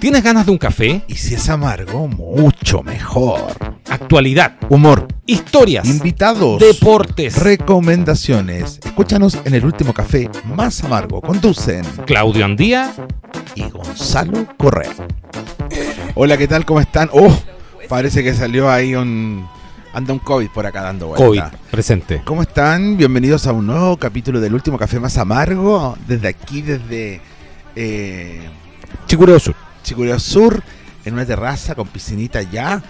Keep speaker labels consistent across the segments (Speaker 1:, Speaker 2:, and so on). Speaker 1: ¿Tienes ganas de un café?
Speaker 2: Y si es amargo, mucho mejor.
Speaker 1: Actualidad,
Speaker 2: Humor,
Speaker 1: historias,
Speaker 2: invitados,
Speaker 1: deportes.
Speaker 2: recomendaciones. Escúchanos en el último café más amargo. Conducen
Speaker 1: Claudio Andía,
Speaker 2: y Gonzalo Correa. Hola, ¿qué tal? ¿Cómo están? Oh, parece que salió ahí un. Anda un COVID por acá dando
Speaker 1: COVID,
Speaker 2: vuelta.
Speaker 1: presente.
Speaker 2: ¿Cómo están? Bienvenidos a un nuevo capítulo del último café más amargo. Desde aquí, desde eh,
Speaker 1: Chicureo Sur.
Speaker 2: Chicureo Sur, en una terraza con piscinita ya.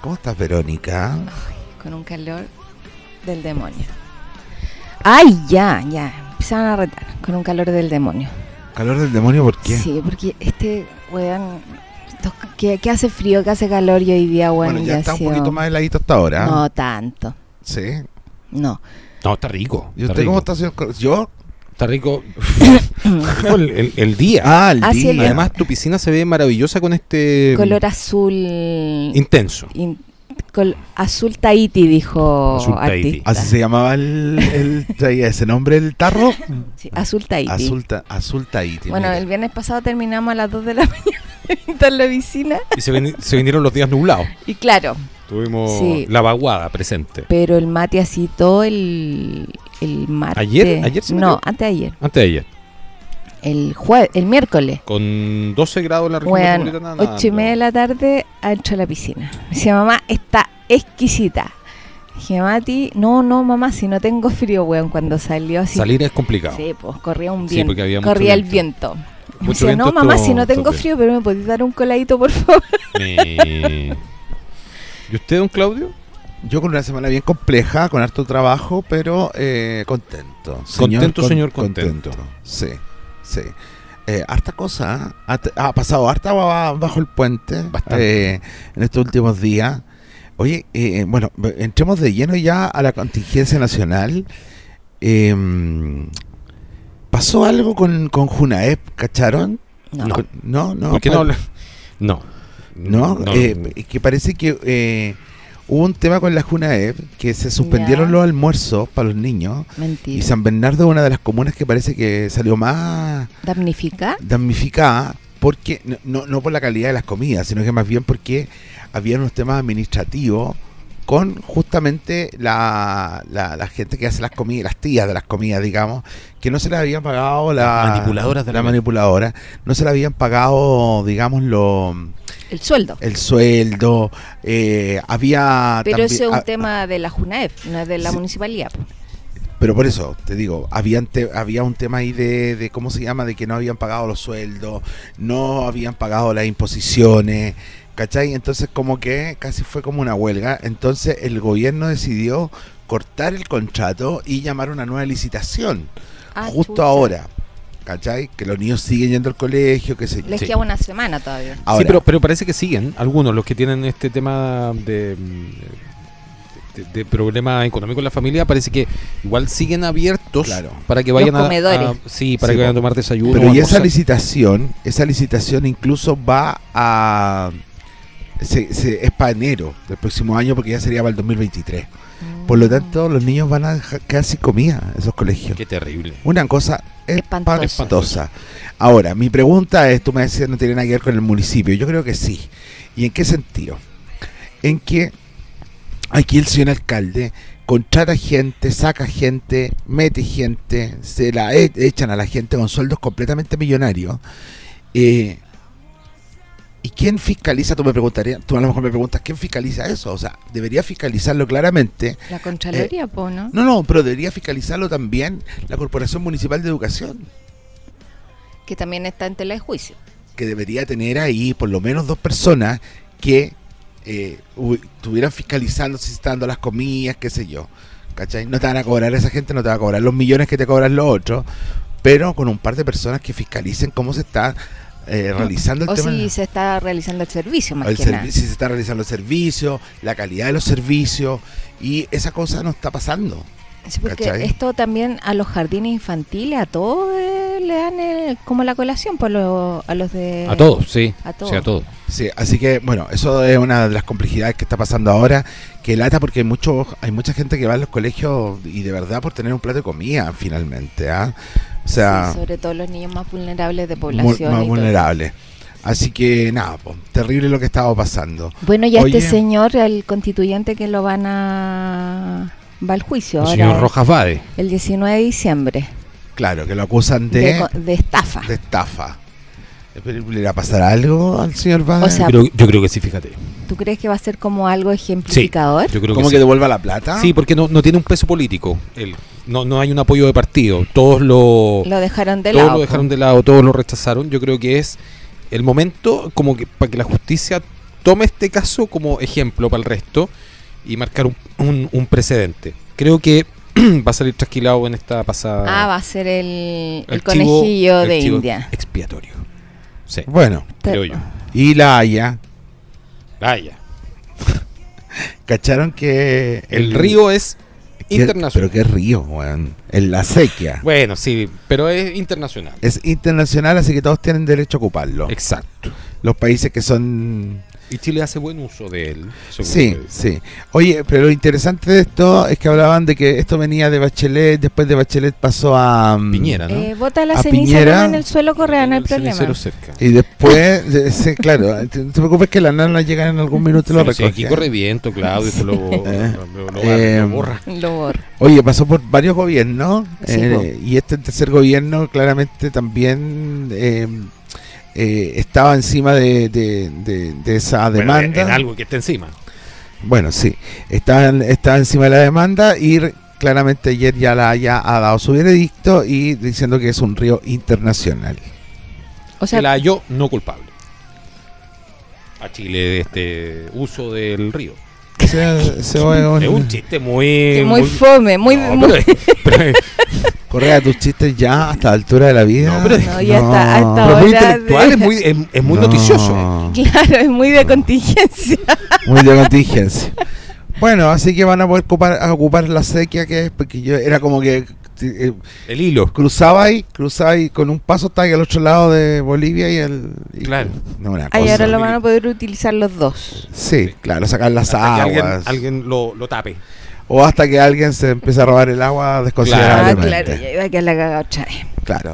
Speaker 2: ¿Cómo estás, Verónica?
Speaker 3: con un calor del demonio. Ay, ya, ya. Empezaron a retar con un calor del demonio.
Speaker 2: Calor del demonio, ¿por qué?
Speaker 3: Sí, porque este weón esto- que, que hace frío, que hace calor y hoy día, weón,
Speaker 2: bueno, ya está
Speaker 3: ha
Speaker 2: un
Speaker 3: sido-
Speaker 2: poquito más heladito hasta ahora. ¿eh?
Speaker 3: No tanto,
Speaker 2: Sí.
Speaker 3: no.
Speaker 1: No, está rico.
Speaker 2: ¿Y usted
Speaker 1: rico.
Speaker 2: cómo está, señor? Cor- ¿Yo?
Speaker 1: Está rico. Rico el, el- el día.
Speaker 2: Ah, el
Speaker 3: Ah, sí, el
Speaker 2: día.
Speaker 3: día.
Speaker 1: Además, tu piscina se ve maravillosa con
Speaker 2: Em,
Speaker 1: este
Speaker 3: Color azul.
Speaker 1: intenso.
Speaker 3: in- col- azul Tahiti, dijo
Speaker 1: Azul Tahiti.
Speaker 3: artista.
Speaker 2: Así se llamaba el, el- traía ese nombre el tarro.
Speaker 3: Sí, azul Tahiti.
Speaker 2: Azul, Ta- Azul Tahiti.
Speaker 3: bueno,
Speaker 2: mira.
Speaker 3: el viernes pasado terminamos a las 2 de la mañana de pintar la piscina.
Speaker 1: Y se, veni- se vinieron los días nublados.
Speaker 3: Y claro,
Speaker 1: Tuvimos
Speaker 3: Sí.
Speaker 1: la vaguada presente.
Speaker 3: Pero el mate así todo el, el martes.
Speaker 1: ¿Ayer? ¿Ayer se
Speaker 3: No,
Speaker 1: metió?
Speaker 3: antes de ayer.
Speaker 1: Antes de ayer.
Speaker 3: El jueves, el miércoles.
Speaker 1: Con 12 grados en la región
Speaker 3: Bueno,
Speaker 1: metropolitana. nadando.
Speaker 3: ocho y media de la tarde adentro de la piscina. Me decía, mamá, está exquisita. Dije, Mati, no, no, mamá, si no tengo frío, weón, cuando salió así.
Speaker 1: Salir es complicado.
Speaker 3: Sí, pues corría un
Speaker 1: Sí,
Speaker 3: viento.
Speaker 1: porque había mucho
Speaker 3: corría el
Speaker 1: viento.
Speaker 3: viento. Me
Speaker 1: Mucho
Speaker 3: decía,
Speaker 1: viento
Speaker 3: no, mamá,
Speaker 1: estuvo-
Speaker 3: si no tengo
Speaker 1: estuvo
Speaker 3: frío, pero me podéis dar un coladito, por favor.
Speaker 1: Me- ¿Y usted, don Claudio?
Speaker 2: Yo con una semana bien compleja, con harto trabajo, pero eh, contento.
Speaker 1: Contento,
Speaker 2: con-
Speaker 1: señor, contento.
Speaker 2: Sí, sí. Eh, harta cosa, ¿eh? Harta- ha pasado harta baba bajo el puente
Speaker 1: Bastante.
Speaker 2: eh, en estos últimos días. Oye, eh, bueno, entremos de lleno ya a la contingencia nacional. Eh, ¿Pasó algo con, con Junaep, cacharon?
Speaker 3: No,
Speaker 2: Con- no, no.
Speaker 1: ¿Por qué
Speaker 2: pa-
Speaker 1: no habla? No.
Speaker 2: no, eh, es que parece que eh, hubo un tema con la Junaev que se suspendieron
Speaker 3: Ya.
Speaker 2: los almuerzos para los niños y
Speaker 3: mentira.
Speaker 2: San Bernardo es una de las comunas que parece que salió más
Speaker 3: ¿Damnifica?
Speaker 2: damnificada porque no- no, no por la calidad de las comidas, sino que más bien porque había unos temas administrativos con justamente la, la- la gente que hace las comidas, las tías de las comidas, digamos, que no se les habían pagado la,
Speaker 1: Las manipuladoras de la
Speaker 2: la
Speaker 1: comida.
Speaker 2: manipuladora, no se les habían pagado, digamos, los
Speaker 3: El sueldo.
Speaker 2: el sueldo, eh, había...
Speaker 3: Pero
Speaker 2: también-
Speaker 3: eso es un
Speaker 2: ah,
Speaker 3: tema de la JUNAEF, no es de la
Speaker 2: Sí.
Speaker 3: municipalidad. po.
Speaker 2: Pero por eso, te digo, había, ante- había un tema ahí de, de, ¿cómo se llama? De que no habían pagado los sueldos, no habían pagado las imposiciones, ¿cachai? Entonces como que casi fue como una huelga. Entonces el gobierno decidió cortar el contrato y llamar a una nueva licitación,
Speaker 3: Ah,
Speaker 2: justo
Speaker 3: chucha.
Speaker 2: ahora, ¿cachai? Que los niños siguen yendo al colegio, que se...
Speaker 3: Les
Speaker 1: Sí.
Speaker 3: queda una semana todavía.
Speaker 1: sí, pero, pero parece que siguen algunos los que tienen este tema de, mm, de, de problema económico en la familia. Parece que igual siguen abiertos
Speaker 2: Claro.
Speaker 1: para que vayan a-
Speaker 3: comedores.
Speaker 1: a, sí, para
Speaker 2: Sí,
Speaker 1: que vayan a
Speaker 2: po.
Speaker 1: tomar desayuno.
Speaker 2: Pero y esa
Speaker 1: almorzar.
Speaker 2: licitación, esa licitación incluso va a... Se, se- es para enero del próximo año porque ya sería para el 2023. Por
Speaker 3: Mm.
Speaker 2: lo tanto, los niños van a dejar casi comida a esos colegios.
Speaker 1: Qué terrible.
Speaker 2: Una cosa
Speaker 3: Espantosa.
Speaker 2: espantosa. Ahora, mi pregunta es, tú me decías no tiene nada que ver con el municipio. Yo creo que sí. ¿Y en qué sentido? En que aquí el señor alcalde contrata gente, saca gente, mete gente, se la e- echan a la gente con sueldos completamente millonarios. Eh, ¿Y quién fiscaliza? Tú me preguntarías, tú a lo mejor me preguntas, ¿quién fiscaliza eso? O sea, debería fiscalizarlo claramente
Speaker 3: La Contraloría, po, ¿no?
Speaker 2: no, no, pero debería fiscalizarlo también la Corporación Municipal de Educación,
Speaker 3: Que también está en tela de juicio.
Speaker 2: que debería tener ahí por lo menos dos personas que eh, hu- estuvieran fiscalizando si se están dando las comidas, qué sé yo. ¿Cachai? No te van a cobrar a esa gente, no te van a cobrar los millones que te cobran los otros, pero con un par de personas que fiscalicen cómo se está eh, realizando el
Speaker 3: O
Speaker 2: tema.
Speaker 3: si se está realizando el servicio, más
Speaker 2: el
Speaker 3: que
Speaker 2: servi- si se está realizando el servicio, la calidad de los servicios, y esa cosa no está pasando.
Speaker 3: nada. Sí, porque
Speaker 2: ¿cachai?
Speaker 3: esto también a los jardines infantiles, a todos eh, le dan el- como la colación, por lo- a los de...
Speaker 1: A todos, sí.
Speaker 3: Eh, a todos.
Speaker 1: Sí, a todos.
Speaker 2: Sí, así que bueno, eso es una de las complejidades que está pasando ahora, que lata porque hay mucho, hay mucha gente que va a los colegios y de verdad por tener un plato de comida finalmente, ¿ah? O sea,
Speaker 3: Sí, sobre todo los niños más vulnerables de
Speaker 2: mu-
Speaker 3: población. y
Speaker 2: más
Speaker 3: todo.
Speaker 2: vulnerable. Así que nada, po, terrible lo que estaba pasando.
Speaker 3: Bueno, ya
Speaker 2: Oye.
Speaker 3: este señor, el constituyente que lo van a... va al juicio
Speaker 1: El
Speaker 3: ahora,
Speaker 1: señor Rojas Bade.
Speaker 3: el 19 de diciembre,
Speaker 2: Claro, que lo acusan
Speaker 3: de,
Speaker 2: de,
Speaker 3: co- de estafa.
Speaker 2: de estafa. Pero ¿Le va a pasar algo al señor Bade?
Speaker 3: sea,
Speaker 1: Creo- yo creo que sí, fíjate.
Speaker 3: ¿Tú crees que va a ser como algo
Speaker 1: Sí,
Speaker 3: ejemplificador?
Speaker 1: yo creo que
Speaker 2: ¿Cómo que,
Speaker 1: sí.
Speaker 2: devuelva la plata?
Speaker 1: Sí, porque no, no tiene un peso político. Él. No, no hay un apoyo de partido. Todos lo,
Speaker 3: Lo dejaron de
Speaker 1: todos
Speaker 3: lado.
Speaker 1: lo dejaron de lado, todos lo rechazaron. Yo creo que es el momento como que para que la justicia tome este caso como ejemplo para el resto y marcar un, un- un precedente. Creo que va a salir trasquilado en esta pasada.
Speaker 3: Ah, va a ser el, el
Speaker 1: archivo-
Speaker 3: conejillo de
Speaker 1: archivo
Speaker 3: India.
Speaker 1: Expiatorio. Sí,
Speaker 2: Bueno,
Speaker 3: Te-
Speaker 1: creo yo.
Speaker 2: y la Haya.
Speaker 1: Vaya.
Speaker 2: ¿Cacharon que.
Speaker 1: El río es
Speaker 2: que-
Speaker 1: internacional.
Speaker 2: Pero qué río, weón. En la sequía.
Speaker 1: Bueno, sí, pero es internacional.
Speaker 2: Es internacional, así que todos tienen derecho a ocuparlo.
Speaker 1: Exacto.
Speaker 2: Los países que son.
Speaker 1: Y Chile hace buen uso de él. según
Speaker 2: Sí,
Speaker 1: lo que dice.
Speaker 2: sí. Oye, pero lo interesante de esto es que hablaban de que esto venía de Bachelet, después de Bachelet pasó a. mm,
Speaker 1: Piñera, ¿no?
Speaker 3: Eh, bota la
Speaker 2: A
Speaker 3: ceniza
Speaker 2: Piñera.
Speaker 3: nana, en el suelo, correa, no hay
Speaker 1: El
Speaker 3: problema.
Speaker 1: cenicero cerca.
Speaker 2: Y después, de- sí, claro, te- no te preocupes que la nana llega en algún minuto y lo
Speaker 1: Sí, sí,
Speaker 2: recoge.
Speaker 1: aquí corre viento, Claudio, esto lo,
Speaker 2: Eh.
Speaker 1: lo- lo- lo
Speaker 2: Eh,
Speaker 1: borra.
Speaker 3: Lo borro.
Speaker 2: Oye, pasó por varios gobiernos
Speaker 3: Sí,
Speaker 2: eh, y este tercer gobierno claramente también eh, eh, estaba encima de, de- de- de esa
Speaker 1: Bueno,
Speaker 2: demanda.
Speaker 1: en algo que está encima.
Speaker 2: Bueno, sí, estaba, en- estaba encima de la demanda y re- claramente ayer ya la Haya ha dado su veredicto y diciendo que es un río internacional.
Speaker 3: O
Speaker 1: Se
Speaker 3: sea,
Speaker 1: la halló no culpable. A Chile de este uso del río.
Speaker 2: O sea, se ve un-
Speaker 1: Es un chiste muy...
Speaker 3: que muy fome, muy...
Speaker 1: No,
Speaker 3: muy-
Speaker 1: pero- pero-
Speaker 2: Correa tus chistes ya hasta la altura de la vida.
Speaker 1: No, pero-
Speaker 3: No, ya está, hasta
Speaker 1: pero es muy
Speaker 3: Ahora de-
Speaker 1: intelectual, es muy, es, es muy
Speaker 2: No.
Speaker 1: noticioso.
Speaker 3: Claro, es muy de contingencia.
Speaker 2: Muy de contingencia. Bueno, así que van a poder ocupar, a ocupar la sequía que es, porque yo era como que eh,
Speaker 1: El hilo.
Speaker 2: cruzaba ahí, cruzaba ahí con un paso hasta ahí al otro lado de Bolivia y el... y-
Speaker 1: Claro.
Speaker 2: No, una
Speaker 3: Ay,
Speaker 2: cosa.
Speaker 3: ahora lo van a poder utilizar los dos.
Speaker 2: Sí, claro, sacar las
Speaker 1: Hasta que alguien,
Speaker 2: aguas.
Speaker 1: alguien lo, lo tape.
Speaker 2: O hasta que alguien se empiece a robar el agua
Speaker 3: Ah,
Speaker 2: desconsiderablemente.
Speaker 3: claro,
Speaker 2: claro,
Speaker 3: ya iba a quedar la cagada otra vez.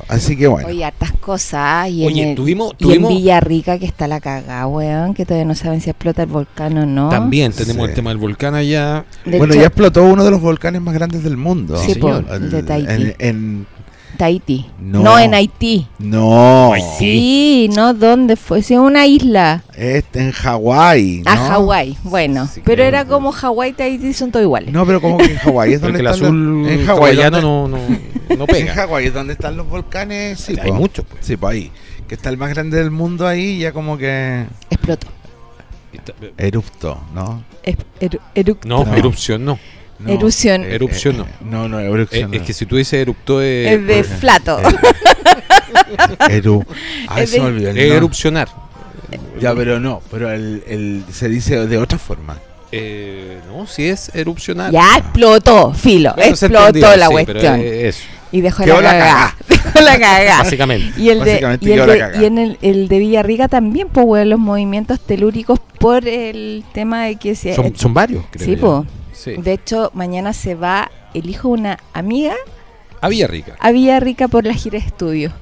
Speaker 2: así que bueno.
Speaker 3: Oye, hartas cosas. ah, Y en,
Speaker 1: Oye,
Speaker 3: el-
Speaker 1: tuvimos-
Speaker 3: y en
Speaker 1: tuvimos-
Speaker 3: Villarrica, que está la cagada, weón, que todavía no saben si explota el volcán o no.
Speaker 1: También tenemos
Speaker 2: Sí.
Speaker 1: el tema del volcán allá.
Speaker 3: De
Speaker 2: bueno,
Speaker 3: hecho,
Speaker 2: ya explotó uno de los volcanes más grandes del mundo.
Speaker 1: Sí, Sí, po,
Speaker 3: señor. el de Tahití.
Speaker 2: En, en-
Speaker 3: Tahití.
Speaker 2: No.
Speaker 3: No. en Haití.
Speaker 2: no,
Speaker 3: Sí, no, ¿dónde fue? Sí, una isla.
Speaker 2: este, en Hawái.
Speaker 3: A
Speaker 2: ¿no?
Speaker 3: Ah, Hawái, bueno.
Speaker 1: Sí,
Speaker 3: pero
Speaker 1: claro.
Speaker 3: era como Hawái y Tahití son todo iguales.
Speaker 2: No, pero como que en Hawái es donde
Speaker 1: Porque el
Speaker 2: están
Speaker 1: azul
Speaker 2: los- en Hawái
Speaker 1: hawaiano
Speaker 2: donde-
Speaker 1: no, no, no
Speaker 2: En
Speaker 1: pega.
Speaker 2: Hawái es donde están los volcanes. Sí,
Speaker 1: Hay
Speaker 2: po.
Speaker 1: muchos, pues.
Speaker 2: Sí, pues ahí. Que está el más grande del mundo ahí, ya como que
Speaker 3: Explotó.
Speaker 2: erupto, ¿no?
Speaker 3: Es- er, eru- eruc-
Speaker 1: No,
Speaker 2: No.
Speaker 1: erupción no.
Speaker 2: No,
Speaker 3: Erupción.
Speaker 2: eh,
Speaker 1: Erupción
Speaker 2: eh,
Speaker 1: no.
Speaker 2: No, no, erupción.
Speaker 1: Eh, es
Speaker 2: no.
Speaker 1: que si tú dices eruptó es,
Speaker 3: es de flato.
Speaker 1: eh.
Speaker 2: Eru. Ay,
Speaker 3: Es
Speaker 2: se me
Speaker 3: de-
Speaker 2: olvidó el
Speaker 1: es
Speaker 2: nombre.
Speaker 1: erupcionar.
Speaker 2: Eh, Ya, pero no, pero el, el- se dice de otra forma.
Speaker 1: Eh, no, si es erupcionar.
Speaker 3: ya explotó, filo.
Speaker 1: Bueno, se
Speaker 3: explotó
Speaker 1: entendió,
Speaker 3: la
Speaker 1: sí,
Speaker 3: cuestión. Ah.
Speaker 1: pero, eh, eso,
Speaker 3: y dejó la
Speaker 2: quedó la
Speaker 3: cagada. Dejó la cagada.
Speaker 1: básicamente.
Speaker 3: Y el de,
Speaker 2: Básicamente
Speaker 3: y el
Speaker 2: quedó la
Speaker 3: de-
Speaker 2: cagá.
Speaker 3: y en el, el de Villarrica también, pues, weón, los movimientos telúricos por el tema de que se... eh,
Speaker 1: Son, son varios, creo.
Speaker 3: sí,
Speaker 1: yo.
Speaker 3: po.
Speaker 1: Sí.
Speaker 3: De hecho, mañana se va el hijo de una amiga
Speaker 1: A Villarrica.
Speaker 3: a Villarrica por la gira de estudio.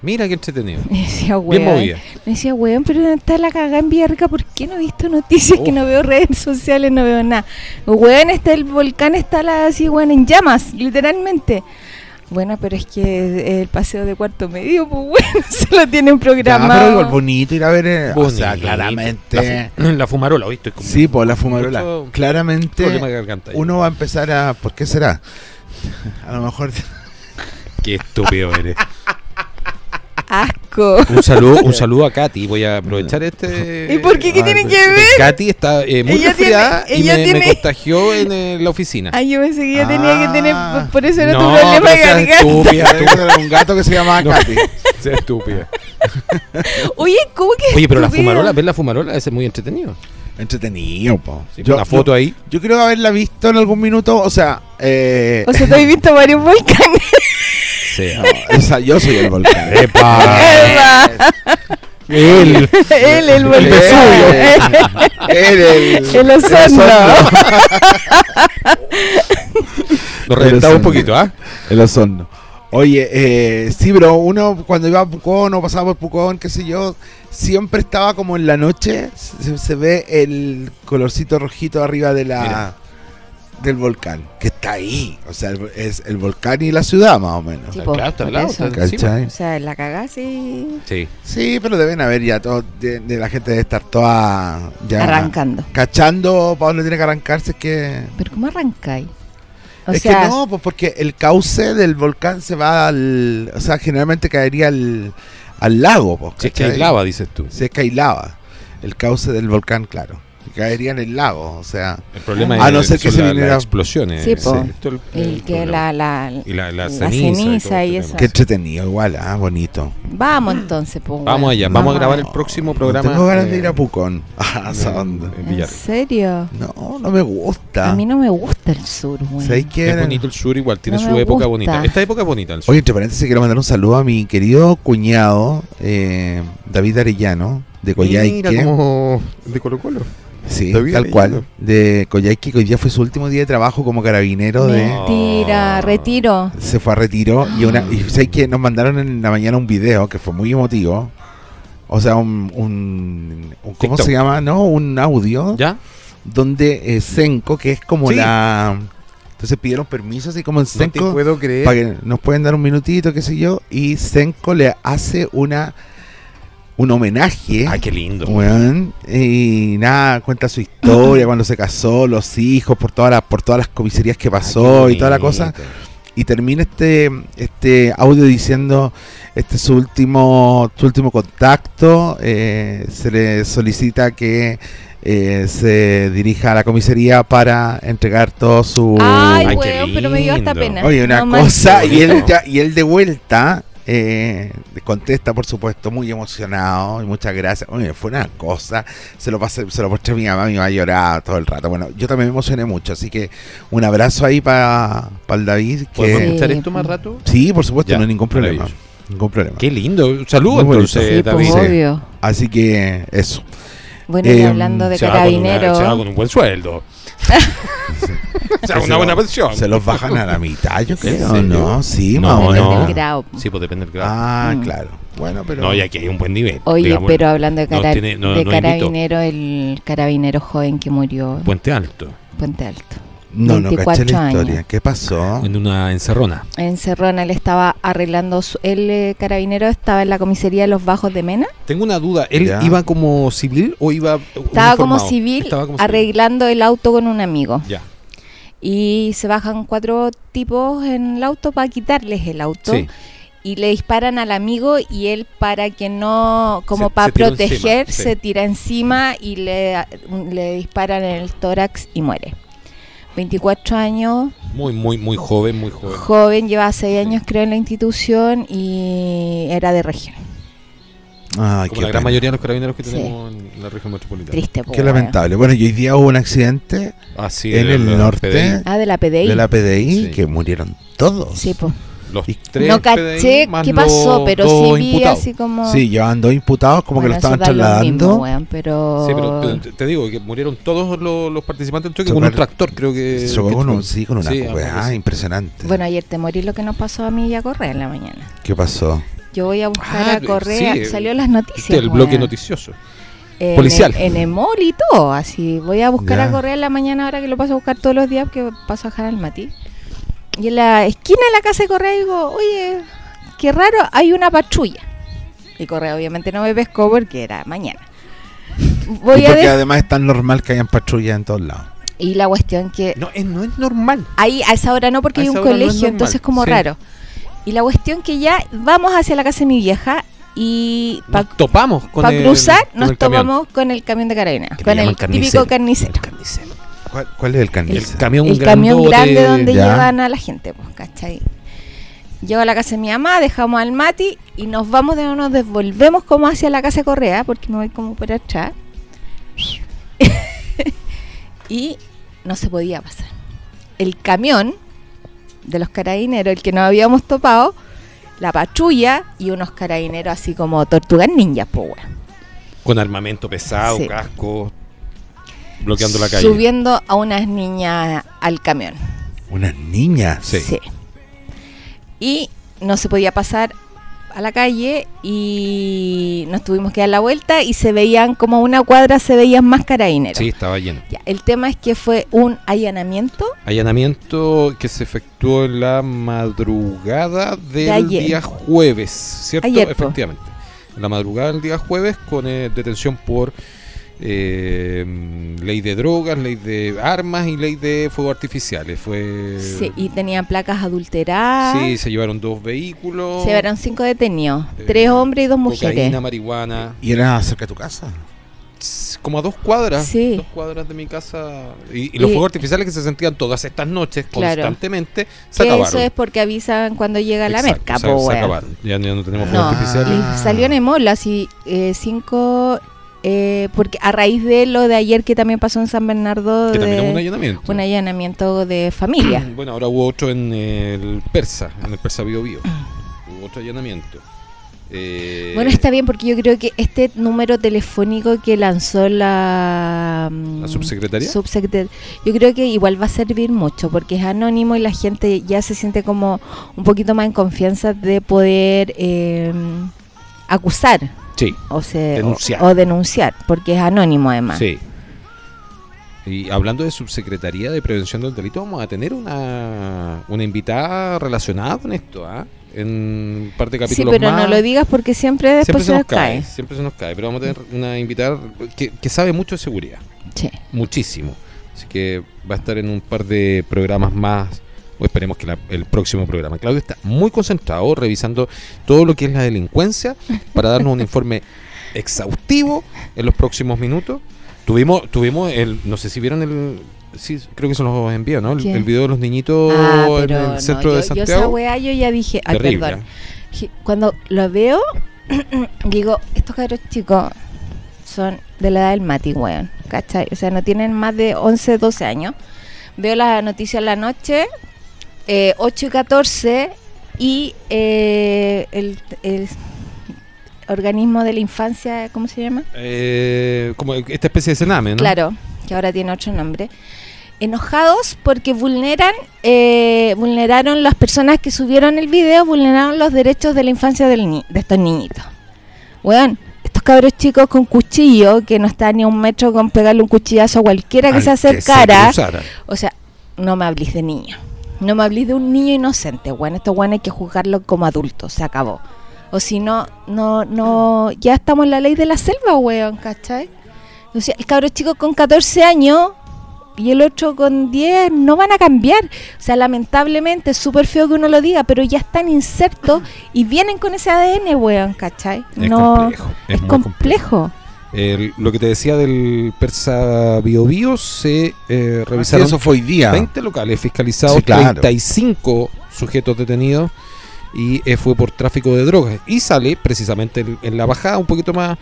Speaker 1: Mira qué entretenido.
Speaker 3: Me decía,
Speaker 1: Bien
Speaker 3: weón.
Speaker 1: movida.
Speaker 3: Me decía, weón, pero ¿dónde está la cagada en Villarrica? ¿Por qué no he visto noticias? Que
Speaker 1: Oh.
Speaker 3: no veo redes sociales, no veo nada. Weón, está el volcán, está la así, weón, en llamas, literalmente. Bueno, pero es que el paseo de cuarto medio, pues bueno, se lo tienen
Speaker 2: Ya, pero igual
Speaker 3: programado.
Speaker 2: bonito ir a ver. eh, o sea,
Speaker 1: Bonito.
Speaker 2: claramente.
Speaker 1: La, fu- la fumarola, ¿viste? Como
Speaker 2: Sí, por la fumarola.
Speaker 1: Mucho problema de
Speaker 2: Claramente,
Speaker 1: garganta.
Speaker 2: uno va a empezar a. ¿Por qué será? A lo mejor.
Speaker 1: Qué estúpido eres.
Speaker 3: Asco.
Speaker 1: Un saludo, un saludo a Katy. Voy a aprovechar este.
Speaker 3: ¿Y por qué? ¿Qué
Speaker 2: ah,
Speaker 3: tiene
Speaker 2: pero-
Speaker 3: que ver?
Speaker 1: Katy está eh, muy
Speaker 3: Ella tiene-
Speaker 1: resfriada y
Speaker 3: ella
Speaker 1: me, me
Speaker 3: tiene-
Speaker 1: contagió en eh, la oficina.
Speaker 3: Ay, yo pensé que ya tenía que tener.
Speaker 2: Ah.
Speaker 3: por- Por eso era tu
Speaker 1: No,
Speaker 3: problema
Speaker 1: pero
Speaker 3: de
Speaker 1: seas
Speaker 3: garganta.
Speaker 1: estúpida, tú.
Speaker 2: Era un gato que se llamaba
Speaker 1: No.
Speaker 2: Katy.
Speaker 1: Sea estúpida.
Speaker 3: Oye, ¿cómo que.?
Speaker 1: Oye, pero la
Speaker 3: estúpido?
Speaker 1: fumarola, ver la fumarola, ese es muy entretenido.
Speaker 2: Entretenido, po.
Speaker 1: Sí, una foto ahí.
Speaker 2: Yo creo haberla visto en algún minuto, o sea, eh,
Speaker 3: O sea, te he visto varios volcanes.
Speaker 1: Sea.
Speaker 2: no, o sea, yo soy el volcán.
Speaker 1: Ah,
Speaker 3: Eva.
Speaker 1: Él.
Speaker 3: Él, el
Speaker 2: El
Speaker 3: volcán.
Speaker 2: Eres
Speaker 3: El osorno.
Speaker 1: Lo reventaba un poquito, ¿ah?
Speaker 2: El osorno. Oye, eh, sí, bro, uno cuando iba a Pucón o pasaba por Pucón, qué sé yo, siempre estaba como en la noche, se, se ve el colorcito rojito arriba de la
Speaker 1: Mira.
Speaker 2: del volcán, que está ahí. O sea, el- es el volcán y la ciudad más o menos.
Speaker 3: Sí,
Speaker 1: Está
Speaker 3: po,
Speaker 1: claro, está
Speaker 3: por
Speaker 1: al lado,
Speaker 3: eso.
Speaker 1: está encima.
Speaker 2: ¿Cachai?
Speaker 3: O sea, la cagá sí.
Speaker 1: Sí.
Speaker 2: Sí, pero deben haber ya todos, de, de la gente debe estar toda ya
Speaker 3: Arrancando.
Speaker 2: Cachando, Pablo tiene que arrancarse, es que...
Speaker 3: Pero ¿cómo arrancáis? O
Speaker 2: es
Speaker 3: sea,
Speaker 2: que no, pues porque el cauce del volcán se va al... O sea, generalmente caería al, al lago. Pues,
Speaker 1: Si es que hay
Speaker 2: ¿cachai?
Speaker 1: lava, dices tú.
Speaker 2: Si es que hay lava. El cauce del volcán, claro. Caería en el lago, o sea...
Speaker 1: El problema
Speaker 2: Ah,
Speaker 1: es
Speaker 2: no ser que
Speaker 1: son
Speaker 2: se
Speaker 1: la-
Speaker 2: viniera-
Speaker 1: las explosiones.
Speaker 3: Sí, po.
Speaker 1: Esto es el-
Speaker 3: el
Speaker 1: el
Speaker 3: que
Speaker 1: problema.
Speaker 3: la, la,
Speaker 1: pues, y la, la
Speaker 3: la
Speaker 1: ceniza,
Speaker 3: ceniza
Speaker 1: todo
Speaker 3: y
Speaker 1: este
Speaker 3: eso.
Speaker 1: tema.
Speaker 2: Qué entretenido igual, ah, bonito.
Speaker 3: Vamos entonces, pues.
Speaker 1: Vamos
Speaker 3: weón.
Speaker 1: allá, vamos a
Speaker 3: Vamos
Speaker 1: grabar
Speaker 3: allá.
Speaker 1: el próximo
Speaker 2: No
Speaker 1: programa.
Speaker 2: tengo ganas
Speaker 1: eh,
Speaker 2: de ir a Pucón. Ah, esa onda.
Speaker 1: en
Speaker 3: ¿En
Speaker 1: Villarreal.
Speaker 3: serio?
Speaker 2: No, no me gusta.
Speaker 3: A mí no me gusta el sur, weón.
Speaker 2: ¿Sabes qué?
Speaker 1: Es
Speaker 2: Era-
Speaker 1: bonito el sur igual, tiene
Speaker 3: No
Speaker 1: su
Speaker 3: me
Speaker 1: época
Speaker 3: gusta.
Speaker 1: bonita. Esta época es bonita el sur.
Speaker 2: Oye, entre paréntesis, quiero mandar un saludo a mi querido cuñado, eh, David Arellano, de Coyhaique.
Speaker 1: como de Colo Colo.
Speaker 2: Sí,
Speaker 1: David
Speaker 2: tal
Speaker 1: Arellano.
Speaker 2: cual. De Coyhaique, que hoy día fue su último día de trabajo como carabinero. de
Speaker 3: Mentira,
Speaker 1: No.
Speaker 3: retiro.
Speaker 2: Se fue a retiro y una y
Speaker 1: Ah.
Speaker 2: sé que nos mandaron en la mañana un video que fue muy emotivo. O sea, un. un- un- ¿Cómo
Speaker 1: TikTok.
Speaker 2: se llama? ¿No? Un audio.
Speaker 1: ¿Ya?
Speaker 2: Donde eh, Senco, que es como
Speaker 1: Sí.
Speaker 2: la. Entonces pidieron permiso así como en
Speaker 1: No te
Speaker 2: Senco.
Speaker 1: puedo
Speaker 2: para
Speaker 1: creer.
Speaker 2: que nos pueden dar un minutito, qué sé yo, y Senko le hace una un homenaje.
Speaker 1: Ah, qué lindo.
Speaker 2: weón, y nada, cuenta su historia, cuando se casó, los hijos, por todas las, por todas las comisarías que pasó
Speaker 1: Ah, qué
Speaker 2: y toda la
Speaker 1: bonito.
Speaker 2: cosa. Y termina este, este audio diciendo, este es su último, su último contacto, eh, se le solicita que eh, se dirija a la comisaría para entregar todo su...
Speaker 1: Ay, qué
Speaker 3: Ay, weón, pero me dio hasta
Speaker 1: lindo.
Speaker 3: pena.
Speaker 2: Oye, una
Speaker 3: No manches.
Speaker 2: cosa,
Speaker 1: manches.
Speaker 2: y él, ya- y él de vuelta eh, contesta, por supuesto, muy emocionado y muchas gracias. Oye, fue una cosa, se lo pasé, se lo mostré a mi mamá, mi mamá lloraba todo el rato. Bueno, yo también me emocioné mucho, así que un abrazo ahí para el David.
Speaker 1: ¿Podemos
Speaker 2: Que,
Speaker 3: Sí.
Speaker 1: escuchar esto más rato?
Speaker 2: sí, por supuesto,
Speaker 1: Ya,
Speaker 2: no hay ningún problema.
Speaker 1: maravilloso.
Speaker 2: Ningún problema.
Speaker 1: Qué lindo. Saludos
Speaker 2: Muy bonito.
Speaker 1: entonces,
Speaker 3: Sí,
Speaker 1: David.
Speaker 3: pues obvio.
Speaker 2: Así que eso.
Speaker 3: Bueno, y
Speaker 2: Eh,
Speaker 3: hablando de
Speaker 1: Se va con una-
Speaker 3: carabineros.
Speaker 1: se va con un buen sueldo. se va con una buena pensión.
Speaker 2: Se los bajan a la mitad, yo creo.
Speaker 1: serio?
Speaker 2: No, sí,
Speaker 1: No,
Speaker 2: más o
Speaker 3: depende
Speaker 1: no.
Speaker 2: menos.
Speaker 3: del grado.
Speaker 1: Sí, pues depende del grado.
Speaker 2: Ah,
Speaker 3: Mm.
Speaker 2: claro. Bueno, pero.
Speaker 1: no, y aquí hay un buen nivel.
Speaker 3: Oye,
Speaker 1: digamos,
Speaker 3: pero hablando de,
Speaker 1: no
Speaker 3: cara-
Speaker 1: tiene- no-
Speaker 3: de
Speaker 1: no invito.
Speaker 3: carabinero, el carabinero joven que murió en
Speaker 1: Puente Alto,
Speaker 3: Puente Alto.
Speaker 2: no, no caché
Speaker 3: 24
Speaker 2: la
Speaker 3: años.
Speaker 2: historia. ¿Qué pasó?
Speaker 1: en una encerrona.
Speaker 3: En Cerrona él estaba arreglando, su- el eh, carabinero estaba en la comisaría de los Bajos de Mena.
Speaker 1: Tengo una duda, ¿él
Speaker 2: Ya.
Speaker 1: iba como civil o iba
Speaker 3: Estaba
Speaker 1: uniformado?
Speaker 3: como civil
Speaker 1: Estaba como civil.
Speaker 3: arreglando el auto con un amigo.
Speaker 1: Ya,
Speaker 3: Y se bajan cuatro tipos en el auto para quitarles el auto.
Speaker 1: sí.
Speaker 3: y le disparan al amigo y él para que no, como
Speaker 1: Se-
Speaker 3: para
Speaker 1: se tiró
Speaker 3: proteger,
Speaker 1: encima, sí.
Speaker 3: se tira encima y le, le disparan en el tórax y muere. 24 años,
Speaker 1: Muy, muy, muy joven, muy joven.
Speaker 3: joven, lleva 6
Speaker 1: Sí.
Speaker 3: años creo en la institución y era de región.
Speaker 2: Ay,
Speaker 1: como
Speaker 2: qué
Speaker 1: la gran
Speaker 2: pena.
Speaker 1: mayoría de los carabineros que
Speaker 3: Sí.
Speaker 1: tenemos en la región metropolitana.
Speaker 3: Triste, po,
Speaker 2: Qué
Speaker 3: weón.
Speaker 2: lamentable. Bueno, y hoy día hubo un accidente
Speaker 1: Ah, sí,
Speaker 2: en
Speaker 1: de-
Speaker 2: el
Speaker 1: de-
Speaker 2: norte
Speaker 1: PDI.
Speaker 3: Ah, de la PDI.
Speaker 2: de la PDI
Speaker 1: Sí.
Speaker 2: que murieron todos.
Speaker 3: Sí, pues, po.
Speaker 1: Los
Speaker 2: Y-
Speaker 1: tres
Speaker 3: no
Speaker 1: PDI
Speaker 3: caché
Speaker 1: más
Speaker 3: qué
Speaker 1: los
Speaker 3: pasó, pero
Speaker 1: dos
Speaker 3: sí vi
Speaker 1: imputados.
Speaker 3: así como...
Speaker 2: Sí, llevaban dos imputados como
Speaker 3: Bueno,
Speaker 2: que lo
Speaker 3: eso
Speaker 2: estaban
Speaker 3: da mismo,
Speaker 2: trasladando.
Speaker 3: weón, pero...
Speaker 1: Sí, pero te, te digo que murieron todos los, los participantes del choque con
Speaker 2: Chocar-
Speaker 1: un tractor, creo que.
Speaker 2: Se chocó
Speaker 1: que
Speaker 2: con
Speaker 1: chocó.
Speaker 2: un, sí, con una
Speaker 1: Sí,
Speaker 2: weá,
Speaker 1: algo así.
Speaker 2: impresionante.
Speaker 3: Bueno, ayer te morí lo que nos pasó a mí y a Correa en la mañana.
Speaker 2: ¿Qué pasó?
Speaker 3: Yo voy a buscar
Speaker 1: Ah,
Speaker 3: a Correa.
Speaker 1: sí,
Speaker 3: Salió las noticias.
Speaker 1: Este es el bloque
Speaker 3: weón.
Speaker 1: noticioso.
Speaker 3: En
Speaker 1: policial.
Speaker 3: el- En el mall y todo. Así. Voy a buscar
Speaker 2: Ya.
Speaker 3: a Correa en la mañana ahora que lo paso a buscar todos los días porque paso a dejar al Mati. Y en la esquina de la casa de Correa digo, oye, qué raro, hay una patrulla. Y Correa obviamente no me pescó porque era mañana. Voy
Speaker 2: Y
Speaker 3: a
Speaker 2: porque
Speaker 3: de-
Speaker 2: además es tan normal que hayan patrullas en todos lados.
Speaker 3: Y la cuestión que
Speaker 1: Eh, No es, no es normal.
Speaker 3: Ahí a esa hora no,
Speaker 1: A
Speaker 3: porque hay
Speaker 1: esa
Speaker 3: un
Speaker 1: hora no es
Speaker 3: colegio,
Speaker 1: normal,
Speaker 3: entonces como
Speaker 1: sí.
Speaker 3: raro. Y la cuestión que ya vamos hacia la casa de mi vieja y
Speaker 1: Nos
Speaker 3: para
Speaker 1: topamos con el-
Speaker 3: cruzar
Speaker 1: con el
Speaker 3: nos
Speaker 1: camión.
Speaker 3: tomamos con el camión de carabineros,
Speaker 1: Que le
Speaker 3: con
Speaker 1: llaman
Speaker 3: el
Speaker 1: carnicero.
Speaker 3: típico carnicero.
Speaker 2: ¿Cuál, cuál es el
Speaker 1: El
Speaker 2: carnicero?
Speaker 1: camión
Speaker 3: el
Speaker 1: grande.
Speaker 3: camión grande donde
Speaker 2: Ya.
Speaker 3: llevan a la gente, pues, ¿cachai? Llego a la casa de mi mamá, dejamos al Mati y nos vamos de nos devolvemos como hacia la casa de Correa, porque me voy como por atrás. y no se podía pasar. El camión de los carabineros, el que nos habíamos topado, la patrulla y unos carabineros así como tortugas ninjas, pues, weón.
Speaker 1: Con armamento pesado,
Speaker 3: Sí.
Speaker 1: casco, bloqueando la calle.
Speaker 3: Subiendo a unas niñas al camión.
Speaker 2: Unas niñas.
Speaker 1: Sí.
Speaker 3: Sí. Y no se podía pasar a la calle y nos tuvimos que dar la vuelta y se veían como a una cuadra se veían más carabineros.
Speaker 1: Sí, estaba lleno.
Speaker 3: Ya, el tema es que fue un allanamiento
Speaker 1: Allanamiento que se efectuó en la madrugada del
Speaker 3: ayer.
Speaker 1: día jueves, ¿cierto?
Speaker 3: Ayer, po.
Speaker 1: Efectivamente. En la madrugada del día jueves con eh, detención por eh, ley de drogas, ley de armas y ley de fuegos artificiales. Fue
Speaker 3: sí, y tenían placas adulteradas.
Speaker 1: Eh. Sí, se llevaron dos vehículos.
Speaker 3: Se llevaron cinco detenidos,
Speaker 1: eh,
Speaker 3: tres hombres y dos mujeres.
Speaker 1: Cocaína, marihuana.
Speaker 2: ¿Y era cerca de tu casa?
Speaker 1: Tss, Como a dos cuadras.
Speaker 3: Sí.
Speaker 1: Dos cuadras de mi casa. Y, y los
Speaker 3: Y-
Speaker 1: fuegos artificiales que se sentían todas estas noches
Speaker 3: Claro.
Speaker 1: constantemente se
Speaker 3: Que
Speaker 1: acabaron.
Speaker 3: eso es porque avisan cuando llega la
Speaker 1: Exacto,
Speaker 3: merca,
Speaker 1: se-
Speaker 3: po,
Speaker 1: se
Speaker 3: weón.
Speaker 1: acabaron. Ya, ya no tenemos fuegos
Speaker 3: No,
Speaker 1: artificiales.
Speaker 2: Ah.
Speaker 3: y salió en Emola, así eh, cinco, eh, porque a raíz de lo de ayer que también pasó en San Bernardo,
Speaker 1: Que
Speaker 3: de
Speaker 1: también es un allanamiento.
Speaker 3: un allanamiento de familia.
Speaker 1: Bueno, ahora hubo otro en el Persa, en el Persa Bio Bio. Hubo otro allanamiento. Eh,
Speaker 3: bueno, está bien porque yo creo que este número telefónico que lanzó la... mm,
Speaker 1: ¿La subsecretaría?
Speaker 3: subsecre- yo creo que igual va a servir mucho porque es anónimo y la gente ya se siente como un poquito más en confianza de poder eh, acusar
Speaker 1: Sí,
Speaker 3: o, se,
Speaker 1: Denunciar.
Speaker 3: O, o denunciar porque es anónimo además.
Speaker 1: sí. Y hablando de subsecretaría de prevención del delito, vamos a tener una, una invitada relacionada con esto, ¿ah? En un par de
Speaker 3: Sí,
Speaker 1: capítulos
Speaker 3: pero
Speaker 1: más.
Speaker 3: no lo digas porque siempre
Speaker 1: siempre
Speaker 3: después
Speaker 1: se nos cae.
Speaker 3: cae.
Speaker 1: Siempre se nos cae. Pero vamos a tener una invitada que, que sabe mucho de seguridad.
Speaker 3: Sí.
Speaker 1: muchísimo. Así que va a estar en un par de programas más, o esperemos que la- el próximo programa. Claudio está muy concentrado revisando todo lo que es la delincuencia para darnos un informe exhaustivo en los próximos minutos. Tuvimos, tuvimos el, no sé si vieron el, sí, creo que se los envió, ¿no? El,
Speaker 3: ¿Qué?
Speaker 1: el video de los niñitos
Speaker 3: Ah,
Speaker 1: Oh, en
Speaker 3: pero
Speaker 1: el
Speaker 3: no,
Speaker 1: centro
Speaker 3: yo,
Speaker 1: de
Speaker 3: Yo esa
Speaker 1: Santiago.
Speaker 3: weá yo ya dije, ay,
Speaker 1: Terrible,
Speaker 3: perdón.
Speaker 1: ¿eh?
Speaker 3: Dije, Cuando lo veo, digo, estos cabros chicos son de la edad del Mati, weón. ¿Cachai? O sea, no tienen más de 11, 12 años. Veo la noticia en la noche, eh, 8 y 14, y eh, el, el organismo de la infancia, ¿cómo se llama?
Speaker 1: Eh, como esta especie de cename, ¿no?
Speaker 3: Claro, que ahora tiene otro nombre. Enojados porque vulneran, eh, vulneraron las personas que subieron el video, vulneraron los derechos de la infancia del ni- de estos niñitos. Weón, estos cabros chicos con cuchillo, que no está ni a un metro con pegarle un cuchillazo a cualquiera que
Speaker 1: Al
Speaker 3: se acercara.
Speaker 1: cruzara.
Speaker 3: o sea, no me hablís de niño. No me hablís de un niño inocente, weón. Estos weón hay que juzgarlo como adulto, se acabó. O si no, no, no, ya estamos en la ley de la selva, weón, ¿cachai? O sea, el cabro chico con 14 años y el otro con 10 no van a cambiar. O sea, lamentablemente, es súper feo que uno lo diga, pero ya están insertos y vienen con ese ADN, weón, ¿cachai?
Speaker 1: Es
Speaker 3: no,
Speaker 1: complejo. Es,
Speaker 3: es
Speaker 1: muy
Speaker 3: complejo.
Speaker 1: El- lo que te decía del Persa Bio Bio, se eh,
Speaker 2: Sí,
Speaker 1: revisaron
Speaker 2: eso fue hoy día.
Speaker 1: 20 locales fiscalizados,
Speaker 2: Sí, claro.
Speaker 1: 35 sujetos detenidos y eh, fue por tráfico de drogas. Y sale precisamente en, en la bajada, un poquito más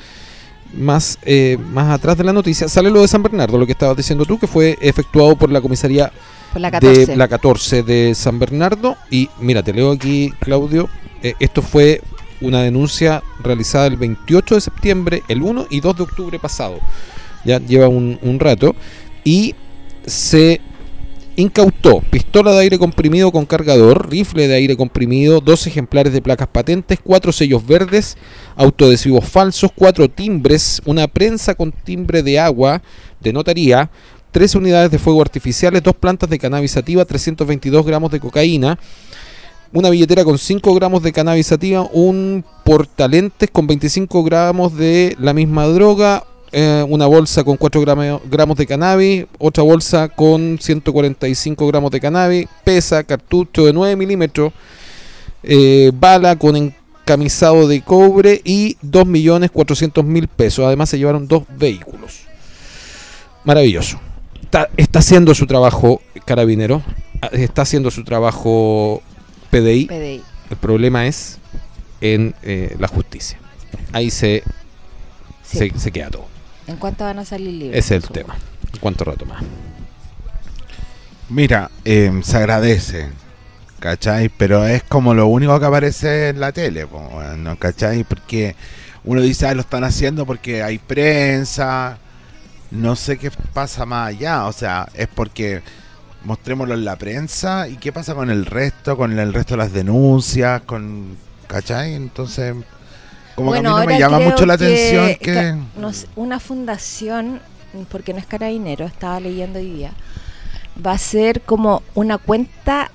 Speaker 1: más eh, más atrás de la noticia, sale lo de San Bernardo, lo que estabas diciendo tú, que fue efectuado por la comisaría
Speaker 3: Por la 14.
Speaker 1: de la 14 de San Bernardo. Y mira, te leo aquí, Claudio. eh, esto fue una denuncia realizada el 28 de septiembre, el 1 y 2 de octubre pasado. Ya lleva un, un rato. Y se incautó pistola de aire comprimido con cargador, rifle de aire comprimido, dos ejemplares de placas patentes, cuatro sellos verdes, autoadhesivos falsos, cuatro timbres, una prensa con timbre de agua de notaría, tres unidades de fuego artificiales, dos plantas de cannabis sativa, 322 gramos de cocaína, una billetera con 5 gramos de cannabis sativa, un portalentes con 25 gramos de la misma droga, eh, una bolsa con 4 gramos de cannabis, otra bolsa con 145 gramos de cannabis, pesa, cartucho de 9 milímetros, eh, bala con encamisado de cobre y 2.400.000 pesos. Además se llevaron dos vehículos. Maravilloso. Está, está haciendo su trabajo carabinero, ah, está haciendo su trabajo PDI.
Speaker 3: PDI.
Speaker 1: El problema es en eh, la justicia. Ahí se,
Speaker 3: Sí.
Speaker 1: se, se queda todo.
Speaker 3: ¿En cuánto van a salir libres?
Speaker 1: Ese es el
Speaker 3: Supongo.
Speaker 1: tema. ¿Cuánto rato más?
Speaker 2: Mira, eh, se agradece, ¿cachai? Pero es como lo único que aparece en la tele, po, weón, ¿no? ¿cachai? Porque uno dice, ah, lo están haciendo porque hay prensa, no sé qué pasa más allá, o sea, es porque mostrémoslo en la prensa y qué pasa con el resto, con el resto de las denuncias, con ¿cachai? Entonces, como que
Speaker 3: Bueno,
Speaker 2: a mí no me
Speaker 3: ahora
Speaker 2: llama
Speaker 3: creo
Speaker 2: mucho la
Speaker 3: que-
Speaker 2: atención que,
Speaker 3: ca- no sé, una fundación, porque no es carabinero, estaba leyendo hoy día, va a ser como una cuenta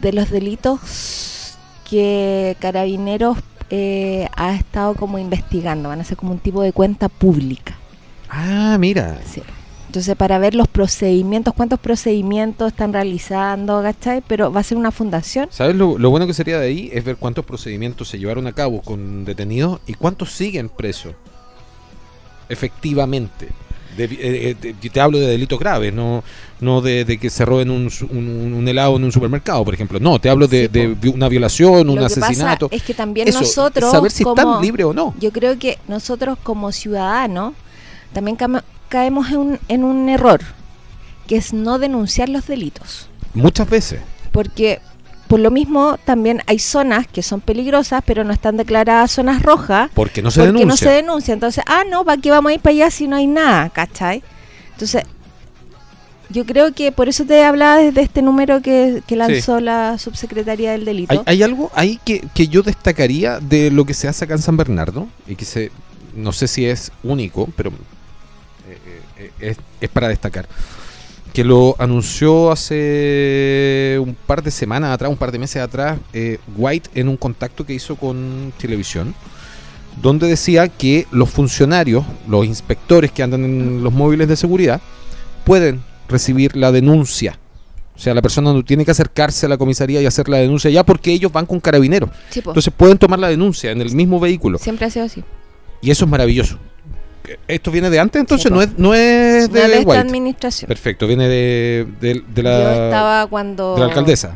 Speaker 3: de los delitos que carabineros eh, ha estado como investigando, van a ser como un tipo de cuenta pública.
Speaker 1: Ah, mira.
Speaker 3: Sí. Entonces, para ver los procedimientos, cuántos procedimientos están realizando, ¿cachai? Pero va a ser una fundación.
Speaker 1: ¿Sabes lo, lo bueno que sería de ahí? Es ver cuántos procedimientos se llevaron a cabo con detenidos y cuántos siguen presos. Efectivamente. De- eh, eh, te- te hablo de delitos graves, no, no de, de que se roben un, su- un- un helado en un supermercado, por ejemplo. No, te hablo de,
Speaker 3: Sí,
Speaker 1: de
Speaker 3: po.
Speaker 1: vi- una violación, un
Speaker 3: Lo que pasa
Speaker 1: asesinato.
Speaker 3: es que también
Speaker 1: Eso,
Speaker 3: nosotros.
Speaker 1: saber si
Speaker 3: como-
Speaker 1: están libres o no.
Speaker 3: Yo creo que nosotros como ciudadanos también cam- caemos en un, en un error, que es no denunciar los delitos.
Speaker 1: Muchas veces.
Speaker 3: Porque por lo mismo también hay zonas que son peligrosas, pero no están declaradas zonas rojas,
Speaker 1: Porque no se
Speaker 3: porque
Speaker 1: denuncia.
Speaker 3: no se denuncia. Entonces, ah, no, ¿para qué vamos a ir para allá si no hay nada? ¿Cachai? Entonces, yo creo que por eso te hablaba desde este número que, que lanzó la subsecretaría del delito.
Speaker 1: ¿Hay, hay algo ahí que, que yo destacaría de lo que se hace acá en San Bernardo y que se, no sé si es único, pero eh, eh, eh, es, es para destacar. Que lo anunció hace un par de semanas atrás, un par de meses atrás, eh, White en un contacto que hizo con televisión, donde decía que los funcionarios, los inspectores que andan en los móviles de seguridad, pueden recibir la denuncia. O sea, la persona no tiene que acercarse a la comisaría y hacer la denuncia ya porque ellos van con carabineros.
Speaker 3: Sí, po.
Speaker 1: Entonces pueden tomar la denuncia en el mismo vehículo.
Speaker 3: Siempre ha sido así.
Speaker 1: Y eso es maravilloso. ¿Esto viene de antes entonces?
Speaker 3: Sí,
Speaker 1: no, es, no es
Speaker 3: No, de
Speaker 1: de
Speaker 3: esta
Speaker 1: White.
Speaker 3: administración.
Speaker 1: Perfecto, viene de, de- de
Speaker 3: Yo
Speaker 1: la,
Speaker 3: estaba cuando...
Speaker 1: de la alcaldesa,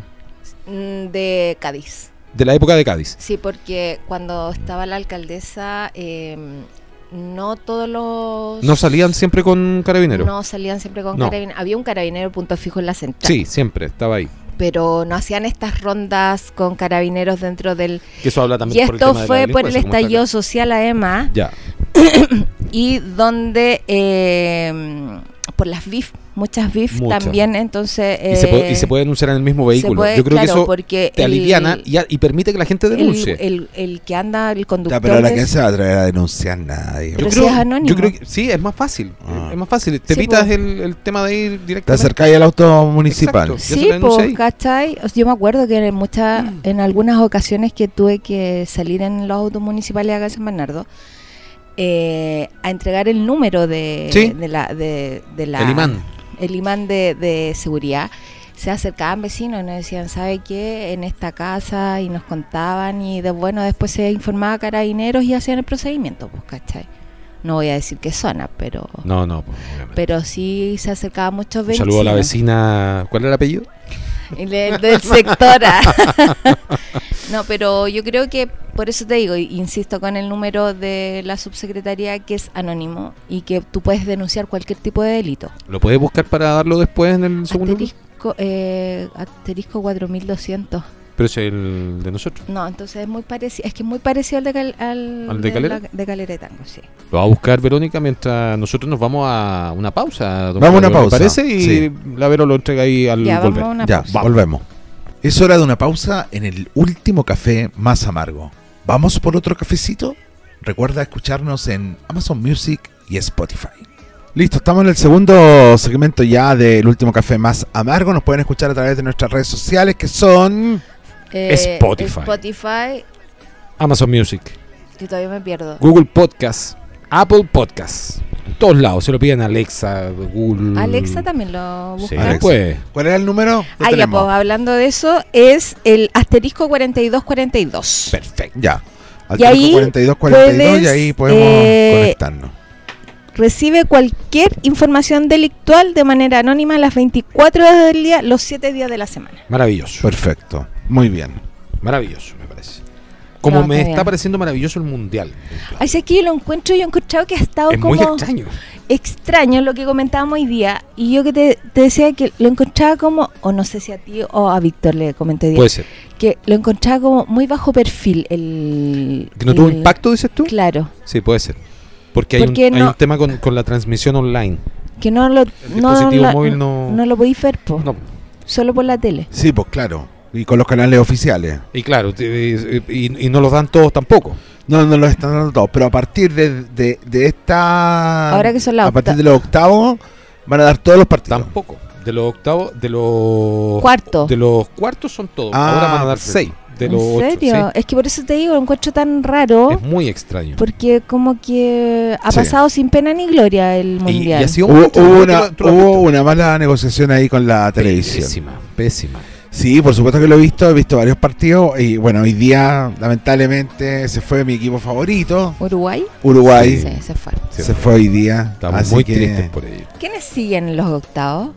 Speaker 3: Mm, De Cádiz.
Speaker 1: de la época de Cádiz.
Speaker 3: Sí, porque cuando estaba la alcaldesa, eh, no todos los...
Speaker 1: No salían siempre con carabineros.
Speaker 3: No salían siempre con
Speaker 1: No.
Speaker 3: carabineros. Había un carabinero punto fijo en la central.
Speaker 1: Sí, siempre, estaba ahí.
Speaker 3: Pero no hacían estas rondas con carabineros dentro del...
Speaker 1: Que eso habla también
Speaker 3: y
Speaker 1: por el
Speaker 3: esto
Speaker 1: tema de la
Speaker 3: fue por el
Speaker 1: delincuencia, como está
Speaker 3: estallido
Speaker 1: acá.
Speaker 3: social además,
Speaker 1: Ya,
Speaker 3: y donde eh, por las VIF, muchas VIF
Speaker 1: Muchas.
Speaker 3: también, entonces...
Speaker 1: y, se puede, y
Speaker 3: eh,
Speaker 1: se puede denunciar en el mismo
Speaker 3: se
Speaker 1: vehículo.
Speaker 3: puede-
Speaker 1: Yo creo que
Speaker 3: claro,
Speaker 1: eso
Speaker 3: porque
Speaker 1: te
Speaker 3: el-
Speaker 1: aliviana y, a- y permite que la gente denuncie.
Speaker 3: el, el- el que anda, el
Speaker 2: Ya,
Speaker 3: conductor.
Speaker 2: pero ahora
Speaker 3: de-
Speaker 2: quién se va a atrever a denunciar nadie.
Speaker 3: Pero
Speaker 1: Yo
Speaker 3: si
Speaker 1: creo,
Speaker 3: es anónimo.
Speaker 1: yo creo que sí, es más fácil.
Speaker 2: Ah.
Speaker 1: Es más fácil. Te
Speaker 3: Sí,
Speaker 1: evitas
Speaker 3: pues.
Speaker 1: el, el tema de ir
Speaker 2: Te
Speaker 1: directamente.
Speaker 2: acercáis al auto municipal.
Speaker 1: Exacto. Yo se
Speaker 3: Sí,
Speaker 1: la denuncié
Speaker 3: pues,
Speaker 1: ahí.
Speaker 3: ¿cachai? O sea, Yo me acuerdo que en, muchas,
Speaker 1: Mm.
Speaker 3: en algunas ocasiones que tuve que salir en los autos municipales acá en San Bernardo eh, a entregar el número de,
Speaker 1: Sí.
Speaker 3: de la, de, de la-
Speaker 1: El imán.
Speaker 3: el imán de, de seguridad. Se acercaban vecinos y nos decían, ¿sabe qué? En esta casa y nos contaban y de, bueno, después se informaba a carabineros y hacían el procedimiento, pues, ¿cachai? No voy a decir qué zona, pero
Speaker 1: No, no, pues, obviamente.
Speaker 3: pero sí se acercaban muchos
Speaker 1: Un
Speaker 3: vecinos.
Speaker 1: saludo a la vecina. ¿Cuál era el apellido?
Speaker 3: Y le- del sector. ah. no, pero yo creo que por eso te digo, insisto con el número de la subsecretaría que es anónimo y que tú puedes denunciar cualquier tipo de delito.
Speaker 1: ¿Lo puedes buscar para darlo después en el segundo? bloque?
Speaker 3: Asterisco, eh, asterisco 4200.
Speaker 1: Pero ese es el de nosotros.
Speaker 3: No, entonces es muy parecido, es que es muy parecido al de, Cal- al,
Speaker 1: ¿Al de Calera?
Speaker 3: la- de Calera de Tango, sí.
Speaker 1: Lo va a buscar Verónica mientras nosotros nos vamos a una pausa. don
Speaker 2: Vamos a
Speaker 1: Claudio,
Speaker 2: una
Speaker 1: ¿le
Speaker 2: pausa,
Speaker 1: parece? Y
Speaker 2: sí.
Speaker 1: la Vero lo entrega ahí al
Speaker 3: Ya, vamos
Speaker 1: volver.
Speaker 3: a una
Speaker 2: ya,
Speaker 3: pausa.
Speaker 2: volvemos. Es hora de una pausa en el último café más amargo. ¿Vamos por otro cafecito? Recuerda escucharnos en Amazon Music y Spotify. Listo, estamos en el segundo segmento ya del último café más amargo. Nos pueden escuchar a través de nuestras redes sociales que son...
Speaker 3: Eh,
Speaker 1: Spotify.
Speaker 3: Spotify,
Speaker 1: Amazon Music,
Speaker 3: que todavía me pierdo.
Speaker 1: Google Podcast, Apple Podcast. En todos lados. Se lo piden a Alexa, Google.
Speaker 3: Alexa también lo busca.
Speaker 1: Sí,
Speaker 2: Alexa.
Speaker 1: pues.
Speaker 2: ¿Cuál era el número? Lo
Speaker 3: Ah, ya,
Speaker 2: tenemos.
Speaker 3: pues hablando de eso, es el asterisco 4242.
Speaker 1: Perfecto.
Speaker 2: Ya. Al
Speaker 3: Y ahí
Speaker 2: 42, 42, y
Speaker 3: puedes,
Speaker 2: ahí podemos
Speaker 3: eh,
Speaker 2: conectarnos.
Speaker 3: Recibe cualquier información delictual de manera anónima las 24 horas del día, los 7 días de la semana.
Speaker 1: Maravilloso.
Speaker 2: Perfecto. Muy bien.
Speaker 3: eh,
Speaker 1: Maravilloso, me parece. Como
Speaker 3: No,
Speaker 1: me
Speaker 3: está
Speaker 1: está
Speaker 3: bien.
Speaker 1: pareciendo maravilloso el mundial.
Speaker 3: Ay, sí, es que yo lo encuentro, yo he encontrado que ha estado
Speaker 1: es
Speaker 3: como
Speaker 1: muy extraño.
Speaker 3: extraño lo que comentábamos hoy día. Y yo que te, te decía que lo encontraba como, o no sé si a ti o a Víctor le comenté hoy día,
Speaker 1: Puede ser.
Speaker 3: que lo encontraba como muy bajo perfil. El,
Speaker 1: ¿Que no tuvo
Speaker 3: el-
Speaker 1: impacto, dices tú?
Speaker 3: Claro.
Speaker 1: Sí, puede ser. Porque hay, un,
Speaker 3: Porque
Speaker 1: hay
Speaker 3: no-
Speaker 1: un tema con, con la transmisión online.
Speaker 3: que no lo,
Speaker 1: El
Speaker 3: no,
Speaker 1: dispositivo
Speaker 3: la-
Speaker 1: móvil no-
Speaker 3: no lo podéis ver, po,
Speaker 1: No.
Speaker 3: solo por la tele.
Speaker 2: Sí, pues claro. Y con los canales oficiales.
Speaker 1: Y claro, te- eh, y, y no los dan todos tampoco.
Speaker 2: No, no los están dando todos. Pero a partir de, de, de esta.
Speaker 3: Ahora que son las
Speaker 2: A partir
Speaker 3: octa-
Speaker 2: de los octavos van a dar todos los partidos.
Speaker 1: Tampoco. De los octavos, de los.
Speaker 3: Cuarto.
Speaker 1: De los cuartos son todos.
Speaker 2: Ah,
Speaker 1: Ahora van a dar
Speaker 2: perfecto.
Speaker 1: seis. De los
Speaker 3: ¿En
Speaker 1: ocho,
Speaker 3: serio? ¿Oh?
Speaker 1: sí.
Speaker 3: Es que por eso te digo, lo encuentro tan raro,
Speaker 1: Es muy extraño.
Speaker 3: porque como que ha
Speaker 2: Sí.
Speaker 3: pasado sin pena ni gloria el
Speaker 1: Y- Y,
Speaker 3: mundial.
Speaker 1: ha sido
Speaker 2: Hubo,
Speaker 1: mucho,
Speaker 2: hubo
Speaker 1: tú
Speaker 2: una,
Speaker 1: lo- tú lo has
Speaker 2: hubo
Speaker 1: visto.
Speaker 2: una mala negociación ahí con la televisión.
Speaker 1: Pésima, pésima.
Speaker 2: Sí, por supuesto que lo he visto. He visto varios partidos. Y bueno, hoy día, lamentablemente, se fue mi equipo favorito,
Speaker 3: Uruguay,
Speaker 2: Uruguay.
Speaker 3: sí, se fue.
Speaker 1: Sí.
Speaker 2: Se fue hoy día.
Speaker 1: Estamos
Speaker 2: así
Speaker 1: muy
Speaker 2: que-
Speaker 1: tristes por ello.
Speaker 3: ¿Quiénes siguen los octavos?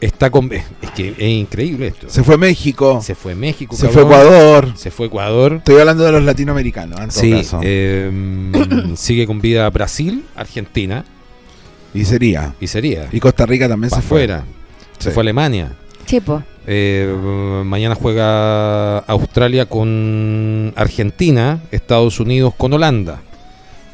Speaker 1: Está con, es que es increíble esto.
Speaker 2: Se fue México.
Speaker 1: Se fue México.
Speaker 2: Se fue
Speaker 1: cabrón.
Speaker 2: Ecuador.
Speaker 1: Se fue Ecuador.
Speaker 2: Estoy hablando de los latinoamericanos, en todo
Speaker 1: Sí,
Speaker 2: caso.
Speaker 1: eh, sigue con vida Brasil, Argentina
Speaker 2: y sería.
Speaker 1: y sería.
Speaker 2: Y Costa Rica también
Speaker 1: Pa'
Speaker 2: se fue.
Speaker 1: afuera. Se
Speaker 2: Sí.
Speaker 1: fue Alemania.
Speaker 3: Sí, po.
Speaker 1: Eh, mañana juega Australia con Argentina, Estados Unidos con Holanda.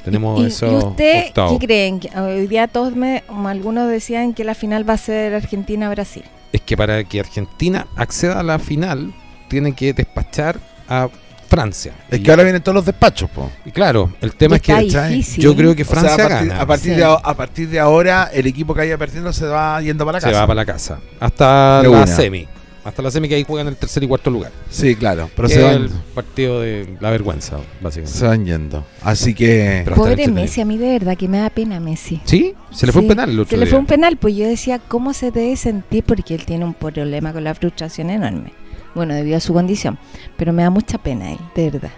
Speaker 1: Tenemos
Speaker 3: ¿Y, y
Speaker 1: eso.
Speaker 3: usted qué creen? Que ah, Hoy día todos me, algunos decían que la final va a ser Argentina-Brasil.
Speaker 1: Es que para que Argentina acceda a la final, tiene que despachar a Francia.
Speaker 2: Es
Speaker 1: y,
Speaker 2: que ahora vienen todos los despachos, po.
Speaker 1: y claro, el tema
Speaker 3: Y
Speaker 1: es que
Speaker 3: está
Speaker 2: ¿cachai?
Speaker 3: difícil.
Speaker 1: yo creo que
Speaker 2: O sea,
Speaker 1: Francia
Speaker 2: a partir,
Speaker 1: gana.
Speaker 2: a partir
Speaker 3: Sí.
Speaker 2: de, a- a partir de ahora, el equipo que vaya perdiendo se va yendo para la
Speaker 1: se
Speaker 2: casa.
Speaker 1: va para la casa. Hasta
Speaker 2: De
Speaker 1: la
Speaker 2: una.
Speaker 1: semi. Hasta la semi que ahí juegan el tercer y cuarto lugar.
Speaker 2: Sí, claro. Pero
Speaker 1: Es
Speaker 2: se
Speaker 1: el
Speaker 2: van,
Speaker 1: partido de la vergüenza, básicamente.
Speaker 2: se van yendo. Así que.
Speaker 1: Pero- bastante
Speaker 3: Pobre
Speaker 1: entretenido.
Speaker 3: Messi, a mí de verdad que me da pena Messi.
Speaker 1: ¿Sí? Se le fue
Speaker 3: Sí,
Speaker 1: un penal el otro
Speaker 3: Se le
Speaker 1: día.
Speaker 3: fue un penal, pues yo decía, ¿cómo se debe sentir? Porque él tiene un problema con la frustración enorme. Bueno, debido a su condición. Pero me da mucha pena él, de verdad.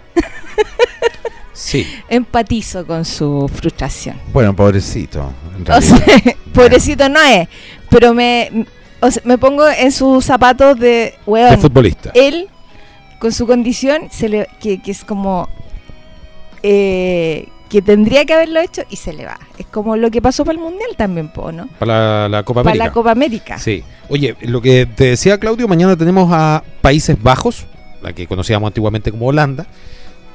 Speaker 1: Sí.
Speaker 3: Empatizo con su frustración.
Speaker 2: bueno, pobrecito. en
Speaker 3: O
Speaker 2: realidad.
Speaker 3: sea, pobrecito no es, pero me, o sea, me pongo en sus zapatos de
Speaker 1: De
Speaker 3: hueón.
Speaker 1: futbolista.
Speaker 3: Él, con su condición, se le, que, que es como eh, que tendría que haberlo hecho y se le va. Es como lo que pasó para el Mundial también, po, ¿no?
Speaker 1: Para la, la Copa
Speaker 3: Para
Speaker 1: América.
Speaker 3: la Copa América.
Speaker 1: Sí. Oye, lo que te decía Claudio, mañana tenemos a Países Bajos, la que conocíamos antiguamente como Holanda,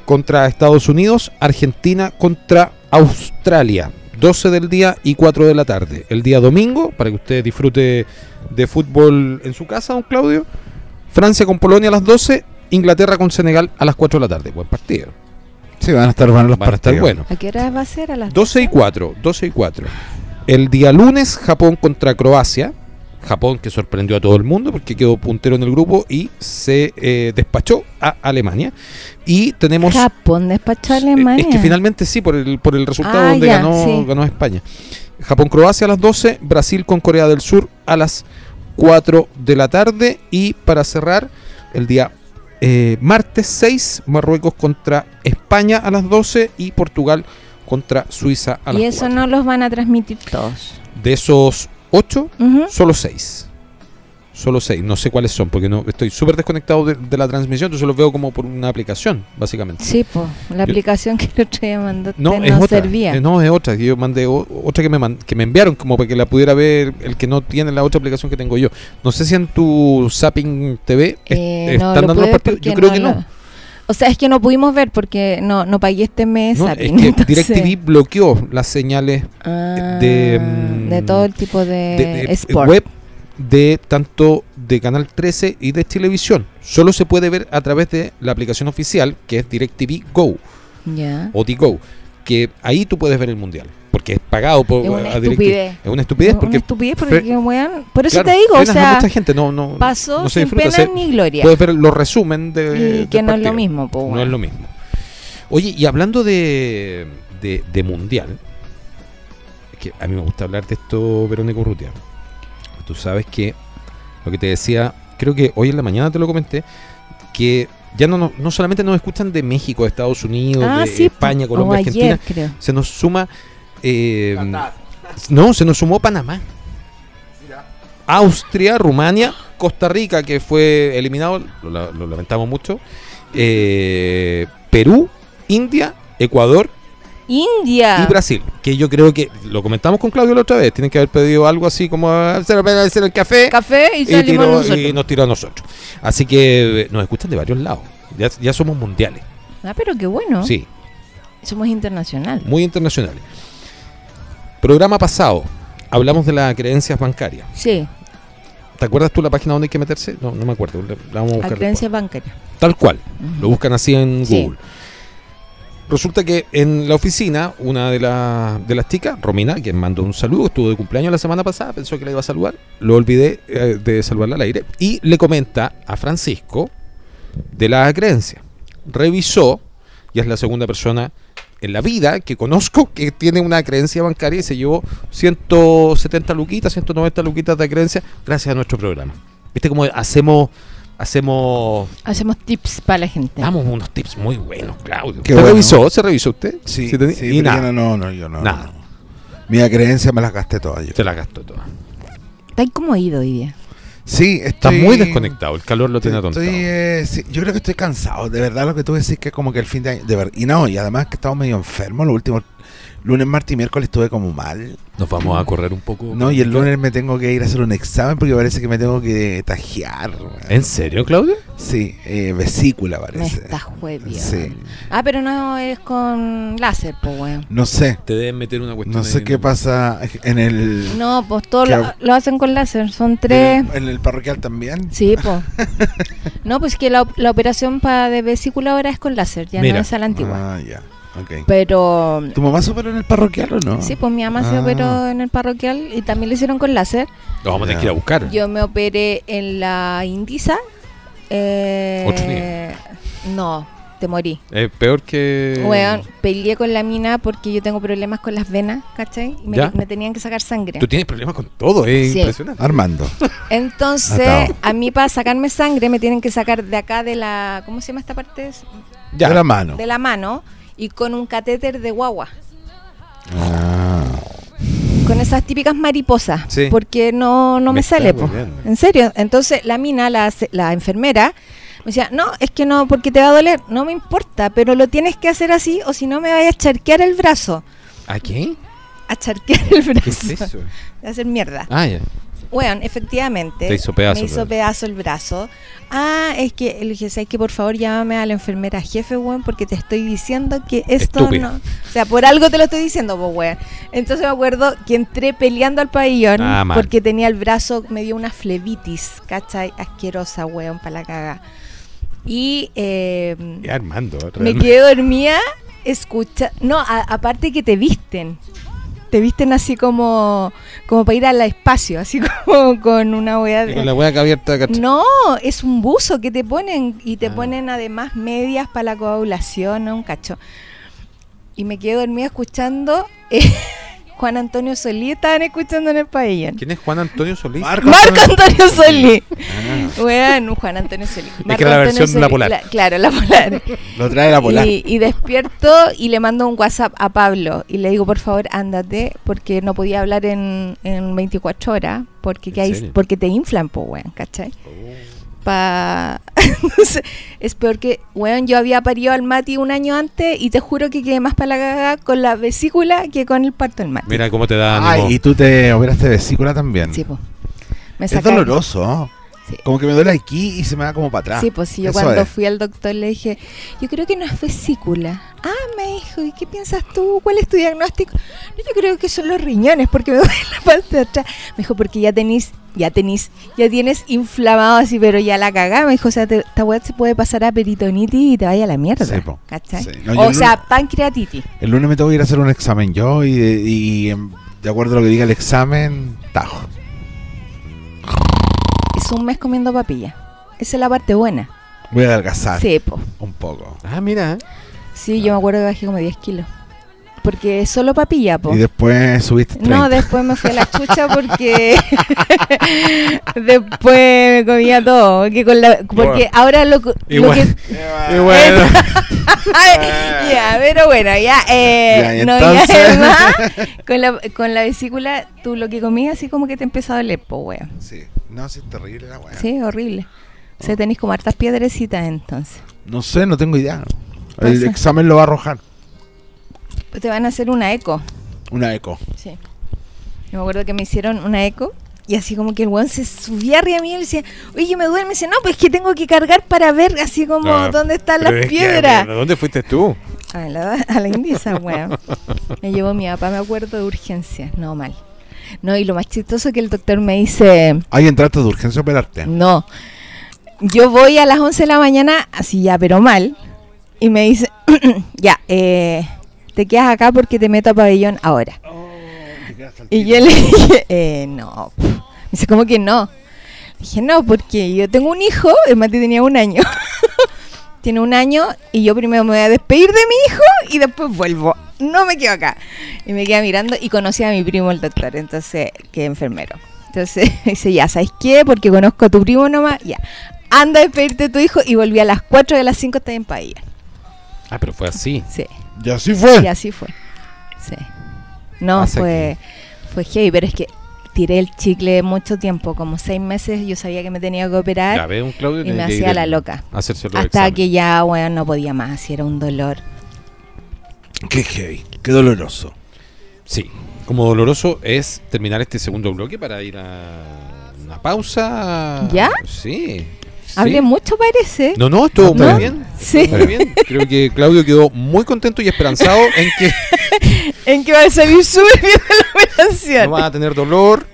Speaker 1: contra Estados Unidos, Argentina contra Australia. 12 del día y 4 de la tarde. El día domingo, para que usted disfrute de fútbol en su casa, don Claudio. Francia con Polonia a las 12, Inglaterra con Senegal a las 4 de la tarde. Buen partido.
Speaker 2: Sí, van a estar buenos los
Speaker 1: Van a estar
Speaker 2: partidos.
Speaker 1: bueno.
Speaker 3: ¿A qué hora va a ser? A las ¿eh?
Speaker 1: 12 y 4, 12 y 4. El día lunes, Japón contra Croacia. Japón que sorprendió a todo el mundo porque quedó puntero en el grupo y se eh, despachó a Alemania. Y tenemos...
Speaker 3: Japón despachó a Alemania.
Speaker 1: Eh, Es que finalmente sí, por el, por el resultado
Speaker 3: Ah,
Speaker 1: donde
Speaker 3: ya,
Speaker 1: ganó,
Speaker 3: sí.
Speaker 1: ganó España. Japón-Croacia a las 12, Brasil con Corea del Sur a las 4 de la tarde. Y para cerrar, el día eh, martes 6, Marruecos contra España a las 12 y Portugal contra Suiza a las
Speaker 3: y eso
Speaker 1: 4.
Speaker 3: no los van a transmitir todos.
Speaker 1: De esos 8,
Speaker 3: Ujú.
Speaker 1: solo 6. Solo 6, no sé cuáles son, porque no estoy súper desconectado de, de la transmisión, entonces los veo como por una aplicación, básicamente.
Speaker 3: Sí, pues, la aplicación que el otro día mandaste
Speaker 1: No,
Speaker 3: no,
Speaker 1: es otra.
Speaker 3: servía.
Speaker 1: Eh, no, es otra. que Yo mandé o- otra que me, man- que me enviaron como para que la pudiera ver el que no tiene la otra aplicación que tengo yo. No sé si en tu Zapping TV est-
Speaker 3: Eh, no,
Speaker 1: están
Speaker 3: lo
Speaker 1: dando los
Speaker 3: pude
Speaker 1: partidos. Yo
Speaker 3: porque
Speaker 1: creo que no.
Speaker 3: lo- O sea, es que no pudimos ver porque no, no pagué este mes.
Speaker 1: No, es
Speaker 3: Zapping,
Speaker 1: que
Speaker 3: entonces-
Speaker 1: DirecTV bloqueó las señales
Speaker 3: Ah,
Speaker 1: de, mm,
Speaker 3: de todo el tipo de,
Speaker 1: de, de-
Speaker 3: sport.
Speaker 1: web de tanto de Canal 13 y de Televisión. Solo se puede ver a través de la aplicación oficial que es DirecTV Go
Speaker 3: Ya.
Speaker 1: o Go, que ahí tú puedes ver el mundial porque es pagado por
Speaker 3: Es una
Speaker 1: a DirecTV.
Speaker 3: estupidez.
Speaker 1: Es una estupidez
Speaker 3: Una
Speaker 1: porque
Speaker 3: estupidez
Speaker 1: fre-
Speaker 3: porque que weón. Por eso
Speaker 1: Claro,
Speaker 3: te digo, o
Speaker 1: frenas a
Speaker 3: sea,
Speaker 1: mucha gente no, no,
Speaker 3: pasó
Speaker 1: no se
Speaker 3: sin
Speaker 1: disfruta.
Speaker 3: pena
Speaker 1: se-
Speaker 3: ni gloria.
Speaker 1: puedes ver los resumen de.
Speaker 3: y que
Speaker 1: del
Speaker 3: no es lo
Speaker 1: partido.
Speaker 3: mismo, pues,
Speaker 1: No es lo mismo. Oye, y hablando de, de, de mundial, es que a mí me gusta hablar de esto, Verónica Urrutia. Tú sabes que lo que te decía, creo que hoy en la mañana te lo comenté, que ya no, no, no solamente nos escuchan de México, de Estados Unidos,
Speaker 3: Ah,
Speaker 1: de
Speaker 3: sí,
Speaker 1: España,
Speaker 3: po,
Speaker 1: Colombia,
Speaker 3: o
Speaker 1: Argentina,
Speaker 3: Ayer, creo.
Speaker 1: se nos suma. eh, no, se nos sumó Panamá. Austria, Rumania, Costa Rica, que fue eliminado, lo, la- lo lamentamos mucho. eh, Perú, India, Ecuador
Speaker 3: India.
Speaker 1: y Brasil. Que yo creo que, lo comentamos con Claudio la otra vez, tienen que haber pedido algo así como "Ah, se nos va a hacer el café
Speaker 3: Café y
Speaker 1: y,
Speaker 3: salimos
Speaker 1: tiró-
Speaker 3: nosotros.
Speaker 1: y nos tiró a nosotros. Así que eh, nos escuchan de varios lados. Ya, ya somos mundiales.
Speaker 3: Ah, pero qué bueno.
Speaker 1: Sí,
Speaker 3: Somos internacional.
Speaker 1: muy internacionales. Programa pasado. hablamos de las creencias bancarias.
Speaker 3: Sí,
Speaker 1: ¿Te acuerdas tú la página donde hay que meterse? No, no me acuerdo. La la vamos a
Speaker 3: a
Speaker 1: buscar. después.
Speaker 3: creencias bancarias.
Speaker 1: Tal cual.
Speaker 3: Ujú.
Speaker 1: Lo buscan así en
Speaker 3: Sí.
Speaker 1: Google. Resulta que en la oficina, una de, la- de las chicas, Romina, quien mandó un saludo, estuvo de cumpleaños la semana pasada, pensó que la iba a saludar, lo olvidé eh, de saludarla al aire, y le comenta a Francisco de la creencia. Revisó, y es la segunda persona en la vida que conozco que tiene una creencia bancaria y se llevó 170 luquitas, 190 luquitas de creencia gracias a nuestro programa. ¿Viste cómo hacemos... Hacemos
Speaker 3: Hacemos tips para la gente.
Speaker 1: Damos unos tips muy buenos, Claudio.
Speaker 2: Qué
Speaker 1: ¿Se
Speaker 2: bueno.
Speaker 1: revisó? ¿Se revisó usted?
Speaker 2: Sí,
Speaker 1: ten-
Speaker 2: sí,
Speaker 1: y
Speaker 2: pero yo
Speaker 1: nada,
Speaker 2: no, no, no, yo no.
Speaker 1: Nada.
Speaker 2: no. Mira, creencia me las gasté todas yo.
Speaker 1: se la gastó toda.
Speaker 3: Está como ido hoy día.
Speaker 2: Sí, estoy,
Speaker 1: Está muy desconectado, el calor lo tiene atontado.
Speaker 2: Estoy, eh, sí, yo creo que estoy cansado, de verdad lo que tú decís que como que el fin de año, de ver- y no, y además que estamos medio enfermos, los últimos lunes, martes y miércoles estuve como mal,
Speaker 1: Nos vamos a correr un poco.
Speaker 2: no, y el lunes me tengo que ir a hacer un examen porque parece que me tengo que tajear, weón.
Speaker 1: ¿En serio, Claudio?
Speaker 2: sí, eh, vesícula
Speaker 3: Me
Speaker 2: parece,
Speaker 3: estás jueviando.
Speaker 2: sí,
Speaker 3: Ah, pero no es con láser, pues, weón.
Speaker 2: no sé,
Speaker 1: Te deben meter una cuestión.
Speaker 2: no sé
Speaker 1: en-
Speaker 2: qué pasa en el,
Speaker 3: No, pues todos
Speaker 2: ¿Qué
Speaker 3: lo,
Speaker 2: hago?
Speaker 3: lo hacen con láser. Son tres.
Speaker 2: en el, en el parroquial también,
Speaker 3: Sí, pues. No, pues que la, op- la operación para de vesícula ahora es con láser, ya
Speaker 1: Mira.
Speaker 3: no es a la antigua.
Speaker 2: ah, ya, ok,
Speaker 3: Pero
Speaker 2: ¿tu mamá se operó en el parroquial o no?
Speaker 3: sí, pues mi mamá se
Speaker 2: Ah.
Speaker 3: operó en el parroquial y también lo hicieron con láser.
Speaker 1: Lo vamos a tener que ir a buscar.
Speaker 3: Yo me operé en la Indisa. eh,
Speaker 1: Otro
Speaker 3: no, te morí.
Speaker 1: Es peor que.
Speaker 3: Weón, peleé con la mina porque yo tengo problemas con las venas, ¿cachai? Y Me,
Speaker 1: ¿Ya?
Speaker 3: me tenían que sacar sangre.
Speaker 1: Tú tienes problemas con todo, es
Speaker 3: Sí.
Speaker 1: impresionante.
Speaker 2: Ah, Armando,
Speaker 3: Entonces,
Speaker 2: Atao.
Speaker 3: a mí para sacarme sangre me tienen que sacar de acá de la, ¿cómo se llama esta parte?
Speaker 1: Ya.
Speaker 2: de la mano,
Speaker 3: De la mano y con un catéter de guagua,
Speaker 2: ah.
Speaker 3: con esas típicas mariposas,
Speaker 1: Sí.
Speaker 3: porque no, no me,
Speaker 1: Me está
Speaker 3: sale, po.
Speaker 1: hueveando.
Speaker 3: en serio. Entonces, la mina, la, se- la enfermera, me decía, no, es que no, porque te va a doler, no me importa, pero lo tienes que hacer así o si no me vayas a charquear el brazo,
Speaker 1: ¿A quién?
Speaker 3: a charquear el
Speaker 1: ¿Qué es
Speaker 3: brazo,
Speaker 1: eso?
Speaker 3: a hacer mierda.
Speaker 1: Ah, ya.
Speaker 3: Weón, efectivamente.
Speaker 1: Te hizo pedazo,
Speaker 3: Me hizo
Speaker 1: pero-
Speaker 3: pedazo el brazo. Ah, es que le dije, ¿sabes que por favor llámame a la enfermera jefe, weón? Porque te estoy diciendo que esto
Speaker 1: Estúpida.
Speaker 3: no. O sea, por algo te lo estoy diciendo, pues, weón. Entonces me acuerdo que entré peleando al pabellón
Speaker 1: Ah, mal.
Speaker 3: porque tenía el brazo, me dio una flebitis, ¿cachai? Asquerosa, weón, para la caga. Y eh,
Speaker 1: Y Armando, otra
Speaker 3: me
Speaker 1: vez.
Speaker 3: quedé dormida, escucha. No, a- aparte que te visten. Te visten así como, como para ir al espacio, así como con una wea
Speaker 1: Y Con
Speaker 3: de.
Speaker 1: la hueá abierta, ¿cachai?
Speaker 3: No, es un buzo que te ponen y te
Speaker 1: Ah.
Speaker 3: ponen además medias para la coagulación, ¿no? un cacho. Y me quedé dormida escuchando. eh, Juan Antonio Solí estaban escuchando en el pabellón.
Speaker 1: ¿Quién es Juan Antonio Solís?
Speaker 2: Marco
Speaker 3: Marco Antonio Solí.
Speaker 2: Ah.
Speaker 3: Weón, Juan Antonio Solí. Marco
Speaker 1: que era la
Speaker 3: Antonio
Speaker 1: versión de la Polar.
Speaker 3: claro, la polar.
Speaker 2: Lo trae la polar.
Speaker 3: Y, y despierto y le mando un WhatsApp a Pablo y le digo, por favor, ándate, porque no podía hablar en, en 24 horas, porque,
Speaker 1: ¿En
Speaker 3: que hay-
Speaker 1: serio?
Speaker 3: porque te inflan, po, weón, ¿cachai?
Speaker 1: Oh.
Speaker 3: Pa... Entonces, es peor que, weón, yo había parido al Mati un año antes y te juro que quedé más para la cagada con la vesícula que con el parto del Mati.
Speaker 1: Mira cómo te da
Speaker 2: Ay,
Speaker 1: ánimo.
Speaker 2: Ah, y tú te operaste vesícula también.
Speaker 3: Sí, po. Me
Speaker 2: es
Speaker 3: sacaron-
Speaker 2: doloroso. ¿no?
Speaker 3: Sí.
Speaker 2: Como que me duele aquí y se me da como para atrás.
Speaker 3: Sí, pues sí,
Speaker 2: Ah,
Speaker 3: yo
Speaker 2: Eso
Speaker 3: cuando
Speaker 2: es.
Speaker 3: fui al doctor le dije, yo creo que no es vesícula. Ah, me dijo, ¿y qué piensas tú? ¿Cuál es tu diagnóstico? No, yo creo que son los riñones porque me duele la parte de atrás. Me dijo, porque ya tenís, ya tenís, ya tienes inflamado así, pero ya la cagá. Me dijo, o sea, te- esta weá se puede pasar a peritonitis y te vaya a la mierda.
Speaker 2: Sí, po.
Speaker 3: ¿cachai?
Speaker 2: Sí. No, yo
Speaker 3: o
Speaker 2: el
Speaker 3: sea,
Speaker 2: lunes-
Speaker 3: pancreatitis.
Speaker 2: El lunes me tengo que ir a hacer un examen yo y de, y, em, de acuerdo a lo que diga el examen, tajo.
Speaker 3: Es un mes comiendo papilla. Esa es la parte buena.
Speaker 2: Voy a adelgazar
Speaker 3: Sí, po.
Speaker 2: un poco.
Speaker 1: Ah, mira.
Speaker 3: Sí,
Speaker 2: Ah.
Speaker 3: yo me acuerdo que bajé como 10 kilos. Porque es solo papilla, po.
Speaker 2: Y después subiste 30.
Speaker 3: Pues. No, después me fui a la chucha porque después me comía todo. Porque, con la- porque
Speaker 1: Bueno.
Speaker 3: ahora lo, lo
Speaker 1: Igual.
Speaker 3: que...
Speaker 2: Ah.
Speaker 1: Y bueno.
Speaker 3: Ay, ya, pero bueno, ya... eh,
Speaker 2: Ya, y
Speaker 3: no, ya,
Speaker 2: entonces.
Speaker 3: además, con, la, con la vesícula, tú lo que comías así como que te empezó a doler, po, weón.
Speaker 2: Sí. No, sí, es terrible la weá.
Speaker 3: Sí, horrible. O sea, tenés como hartas piedrecitas entonces.
Speaker 2: No sé, no tengo idea. El
Speaker 3: Pasa.
Speaker 2: examen lo va a arrojar.
Speaker 3: Pues Te van a hacer una eco.
Speaker 2: Una eco.
Speaker 3: Sí. Yo me acuerdo que me hicieron una eco y así como que el weón se subía arriba mío y le decía, oye, me duele. Me dice, no, pues que tengo que cargar para ver así como
Speaker 1: Ah,
Speaker 3: dónde están
Speaker 1: pero
Speaker 3: las
Speaker 1: es que,
Speaker 3: piedras.
Speaker 1: ¿a ¿Dónde fuiste tú?
Speaker 3: A la, a la indisa, weón. Me llevó mi papá, me acuerdo, de urgencias. No, mal. No, y lo más chistoso es que el doctor me dice,
Speaker 2: Ahí entraste de urgencia a operarte.
Speaker 3: no, yo voy a las 11 de la mañana, así ya, pero mal, y me dice, ya, eh, te quedas acá porque te meto a pabellón ahora. Y yo le dije, eh, no. Me dice, ¿cómo que no? Le dije, no, porque yo tengo un hijo, el Mati tenía un año. Tiene un año y yo primero me voy a despedir de mi hijo y después vuelvo. No me quedo acá. Y me queda mirando y conocí a mi primo, el doctor, entonces, que es enfermero. Entonces me dice, ya, ¿sabes qué? Porque conozco a tu primo nomás, ya. Anda a despedirte de tu hijo y volví a las 4 de las 5 está en Paella.
Speaker 1: Ah, pero fue así.
Speaker 3: Sí.
Speaker 2: Y así fue.
Speaker 3: Y así fue. Sí. No,
Speaker 1: Pasa
Speaker 3: fue, fue heavy, pero es que tiré el chicle mucho tiempo, como seis meses, yo sabía que me tenía que
Speaker 1: Ya
Speaker 3: operar
Speaker 1: ve un Claudio
Speaker 3: y
Speaker 1: tiene
Speaker 3: me
Speaker 1: que
Speaker 3: hacía
Speaker 1: ir
Speaker 3: la
Speaker 1: el-
Speaker 3: loca.
Speaker 1: a Hacerse los
Speaker 3: Hasta
Speaker 1: exámenes.
Speaker 3: que ya, bueno, no podía más, si era un dolor.
Speaker 2: Qué heavy, qué doloroso.
Speaker 1: Sí. Como doloroso es terminar este segundo bloque para ir a una pausa.
Speaker 3: ¿Ya?
Speaker 1: Sí.
Speaker 3: Hablé
Speaker 1: Sí.
Speaker 3: mucho, parece.
Speaker 1: No, no, estuvo
Speaker 3: ¿No?
Speaker 1: muy bien.
Speaker 3: Sí.
Speaker 1: estuvo Muy bien. Creo que Claudio quedó muy contento y esperanzado en que
Speaker 3: ¿En qué va a salir súper bien la operación?
Speaker 1: no va a tener dolor,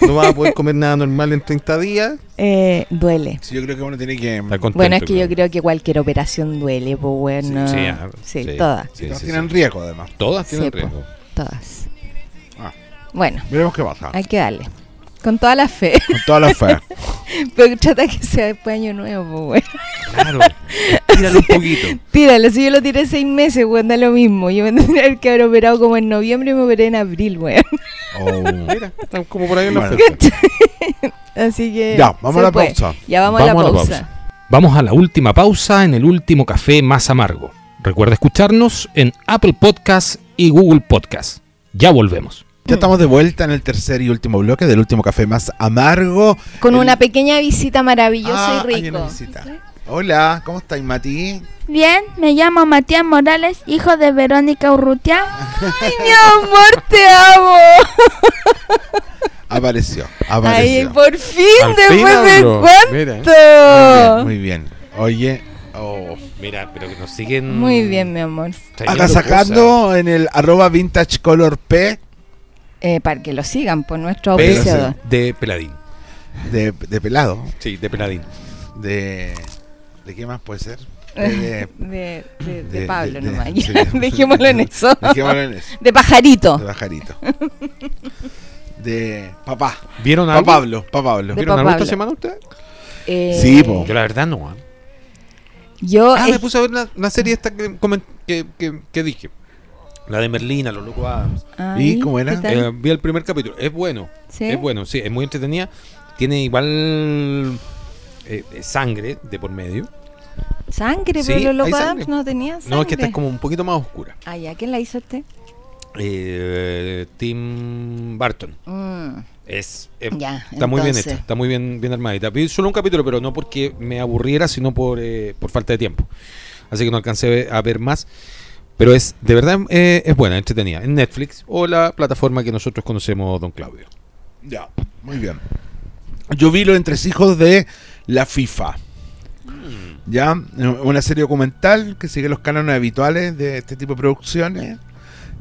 Speaker 1: no va a poder comer nada normal en 30 días.
Speaker 3: Eh, duele.
Speaker 2: Sí, yo creo que uno tiene que.
Speaker 1: Está contento.
Speaker 3: Bueno, es que yo
Speaker 1: Claudio.
Speaker 3: creo que cualquier operación duele, pues bueno.
Speaker 1: Sí,
Speaker 3: Sí,
Speaker 1: ah, sí.
Speaker 3: todas,
Speaker 1: Sí,
Speaker 2: todos
Speaker 1: sí,
Speaker 2: tienen
Speaker 1: sí.
Speaker 2: riesgo, además.
Speaker 1: Todas tienen
Speaker 3: Sí, po.
Speaker 1: riesgo.
Speaker 3: todas.
Speaker 2: Ah.
Speaker 3: Bueno,
Speaker 2: Veremos qué pasa.
Speaker 3: hay que darle. Con toda la fe.
Speaker 2: Con toda la fe.
Speaker 3: Pero trata que sea después de año nuevo, po, weón.
Speaker 1: Claro. Tíralo un poquito.
Speaker 3: Tíralo, si yo lo tiré seis meses, weón, da lo mismo. Yo me tendría que haber operado como en noviembre y me operé en abril, weón.
Speaker 2: Oh.
Speaker 1: Mira, están como por ahí en la
Speaker 2: Bueno.
Speaker 1: fecha.
Speaker 3: Así que.
Speaker 2: Ya, vamos
Speaker 3: se
Speaker 2: a la
Speaker 3: puede.
Speaker 2: pausa.
Speaker 3: Ya vamos, a la pausa.
Speaker 1: Vamos a la última pausa en el último café más amargo. Recuerda escucharnos en Apple Podcast y Google Podcast. Ya volvemos.
Speaker 2: Ya estamos de vuelta en el tercer y último bloque del último café más amargo.
Speaker 3: Con
Speaker 2: El-
Speaker 3: una pequeña visita maravillosa
Speaker 2: Ah,
Speaker 3: y
Speaker 2: hay una
Speaker 3: rico.
Speaker 2: visita. Hola, ¿cómo estáis, Mati?
Speaker 4: Bien, me llamo Matías Morales, hijo de Verónica Urrutia.
Speaker 3: Ay, mi amor, te amo.
Speaker 2: Apareció,
Speaker 3: Ay,
Speaker 2: apareció.
Speaker 3: por fin,
Speaker 1: Al
Speaker 3: después
Speaker 1: fin
Speaker 3: de
Speaker 1: hablo.
Speaker 3: cuánto.
Speaker 1: Mira. ¿eh?
Speaker 2: Muy bien, muy bien. Oye, oh.
Speaker 1: Mira, pero que nos siguen.
Speaker 3: Muy bien, mi amor.
Speaker 1: trayendo cosas.
Speaker 2: agasajando en el arroba vintage color P
Speaker 3: Eh, para que lo sigan por nuestro
Speaker 1: Pero
Speaker 3: auspiciador.
Speaker 1: De Peladín.
Speaker 2: de, de pelado.
Speaker 1: Sí, de Peladín.
Speaker 2: De, ¿De qué más puede ser? De, Eh, de-
Speaker 3: De, de- de
Speaker 2: de-
Speaker 3: Pablo
Speaker 2: de- de-
Speaker 3: nomás.
Speaker 2: sí.
Speaker 3: Dejémoslo en eso.
Speaker 2: dejémoslo en eso,
Speaker 3: De pajarito.
Speaker 2: De pajarito. De papá.
Speaker 1: ¿Vieron
Speaker 2: Pa
Speaker 1: algo?
Speaker 2: Pablo, pa Pablo.
Speaker 3: De-
Speaker 1: ¿Vieron
Speaker 3: pa'
Speaker 1: algo esta
Speaker 3: Pablo.
Speaker 1: semana ustedes?
Speaker 3: Eh,
Speaker 2: Sí, po.
Speaker 1: Yo la verdad no. ¿ah?
Speaker 3: Yo,
Speaker 1: Ah,
Speaker 3: eh,
Speaker 1: me puse a ver la, la serie esta que, comen- que, que- que dije. La de Merlina, los locos Adams.
Speaker 3: ay,
Speaker 2: ¿Y cómo era?
Speaker 3: ¿qué tal?
Speaker 1: Eh, vi el primer capítulo. Es bueno.
Speaker 3: ¿Sí?
Speaker 1: Es bueno, sí. Es muy entretenida. Tiene igual eh, eh, sangre de por medio.
Speaker 3: Sangre,
Speaker 1: Sí,
Speaker 3: pero Lolo
Speaker 1: hay sangre.
Speaker 3: Adams no tenía sangre.
Speaker 1: No, es que esta es como un poquito más oscura.
Speaker 3: Ah, ya, ¿quién la hizo este?
Speaker 1: Eh, Tim Burton.
Speaker 3: Mm,
Speaker 1: Es, eh,
Speaker 3: ya,
Speaker 1: Está muy bien
Speaker 3: entonces.
Speaker 1: hecha, está muy bien, bien armadita. Vi solo un capítulo, pero no porque me aburriera, sino por, eh, por falta de tiempo. Así que no alcancé a ver más. Pero es, de verdad, eh, es buena, entretenida. En Netflix o la plataforma que nosotros conocemos, don Claudio.
Speaker 2: Ya, muy bien. Yo vi los entresijos de la FIFA. Ya, una serie documental que sigue los cánones habituales de este tipo de producciones,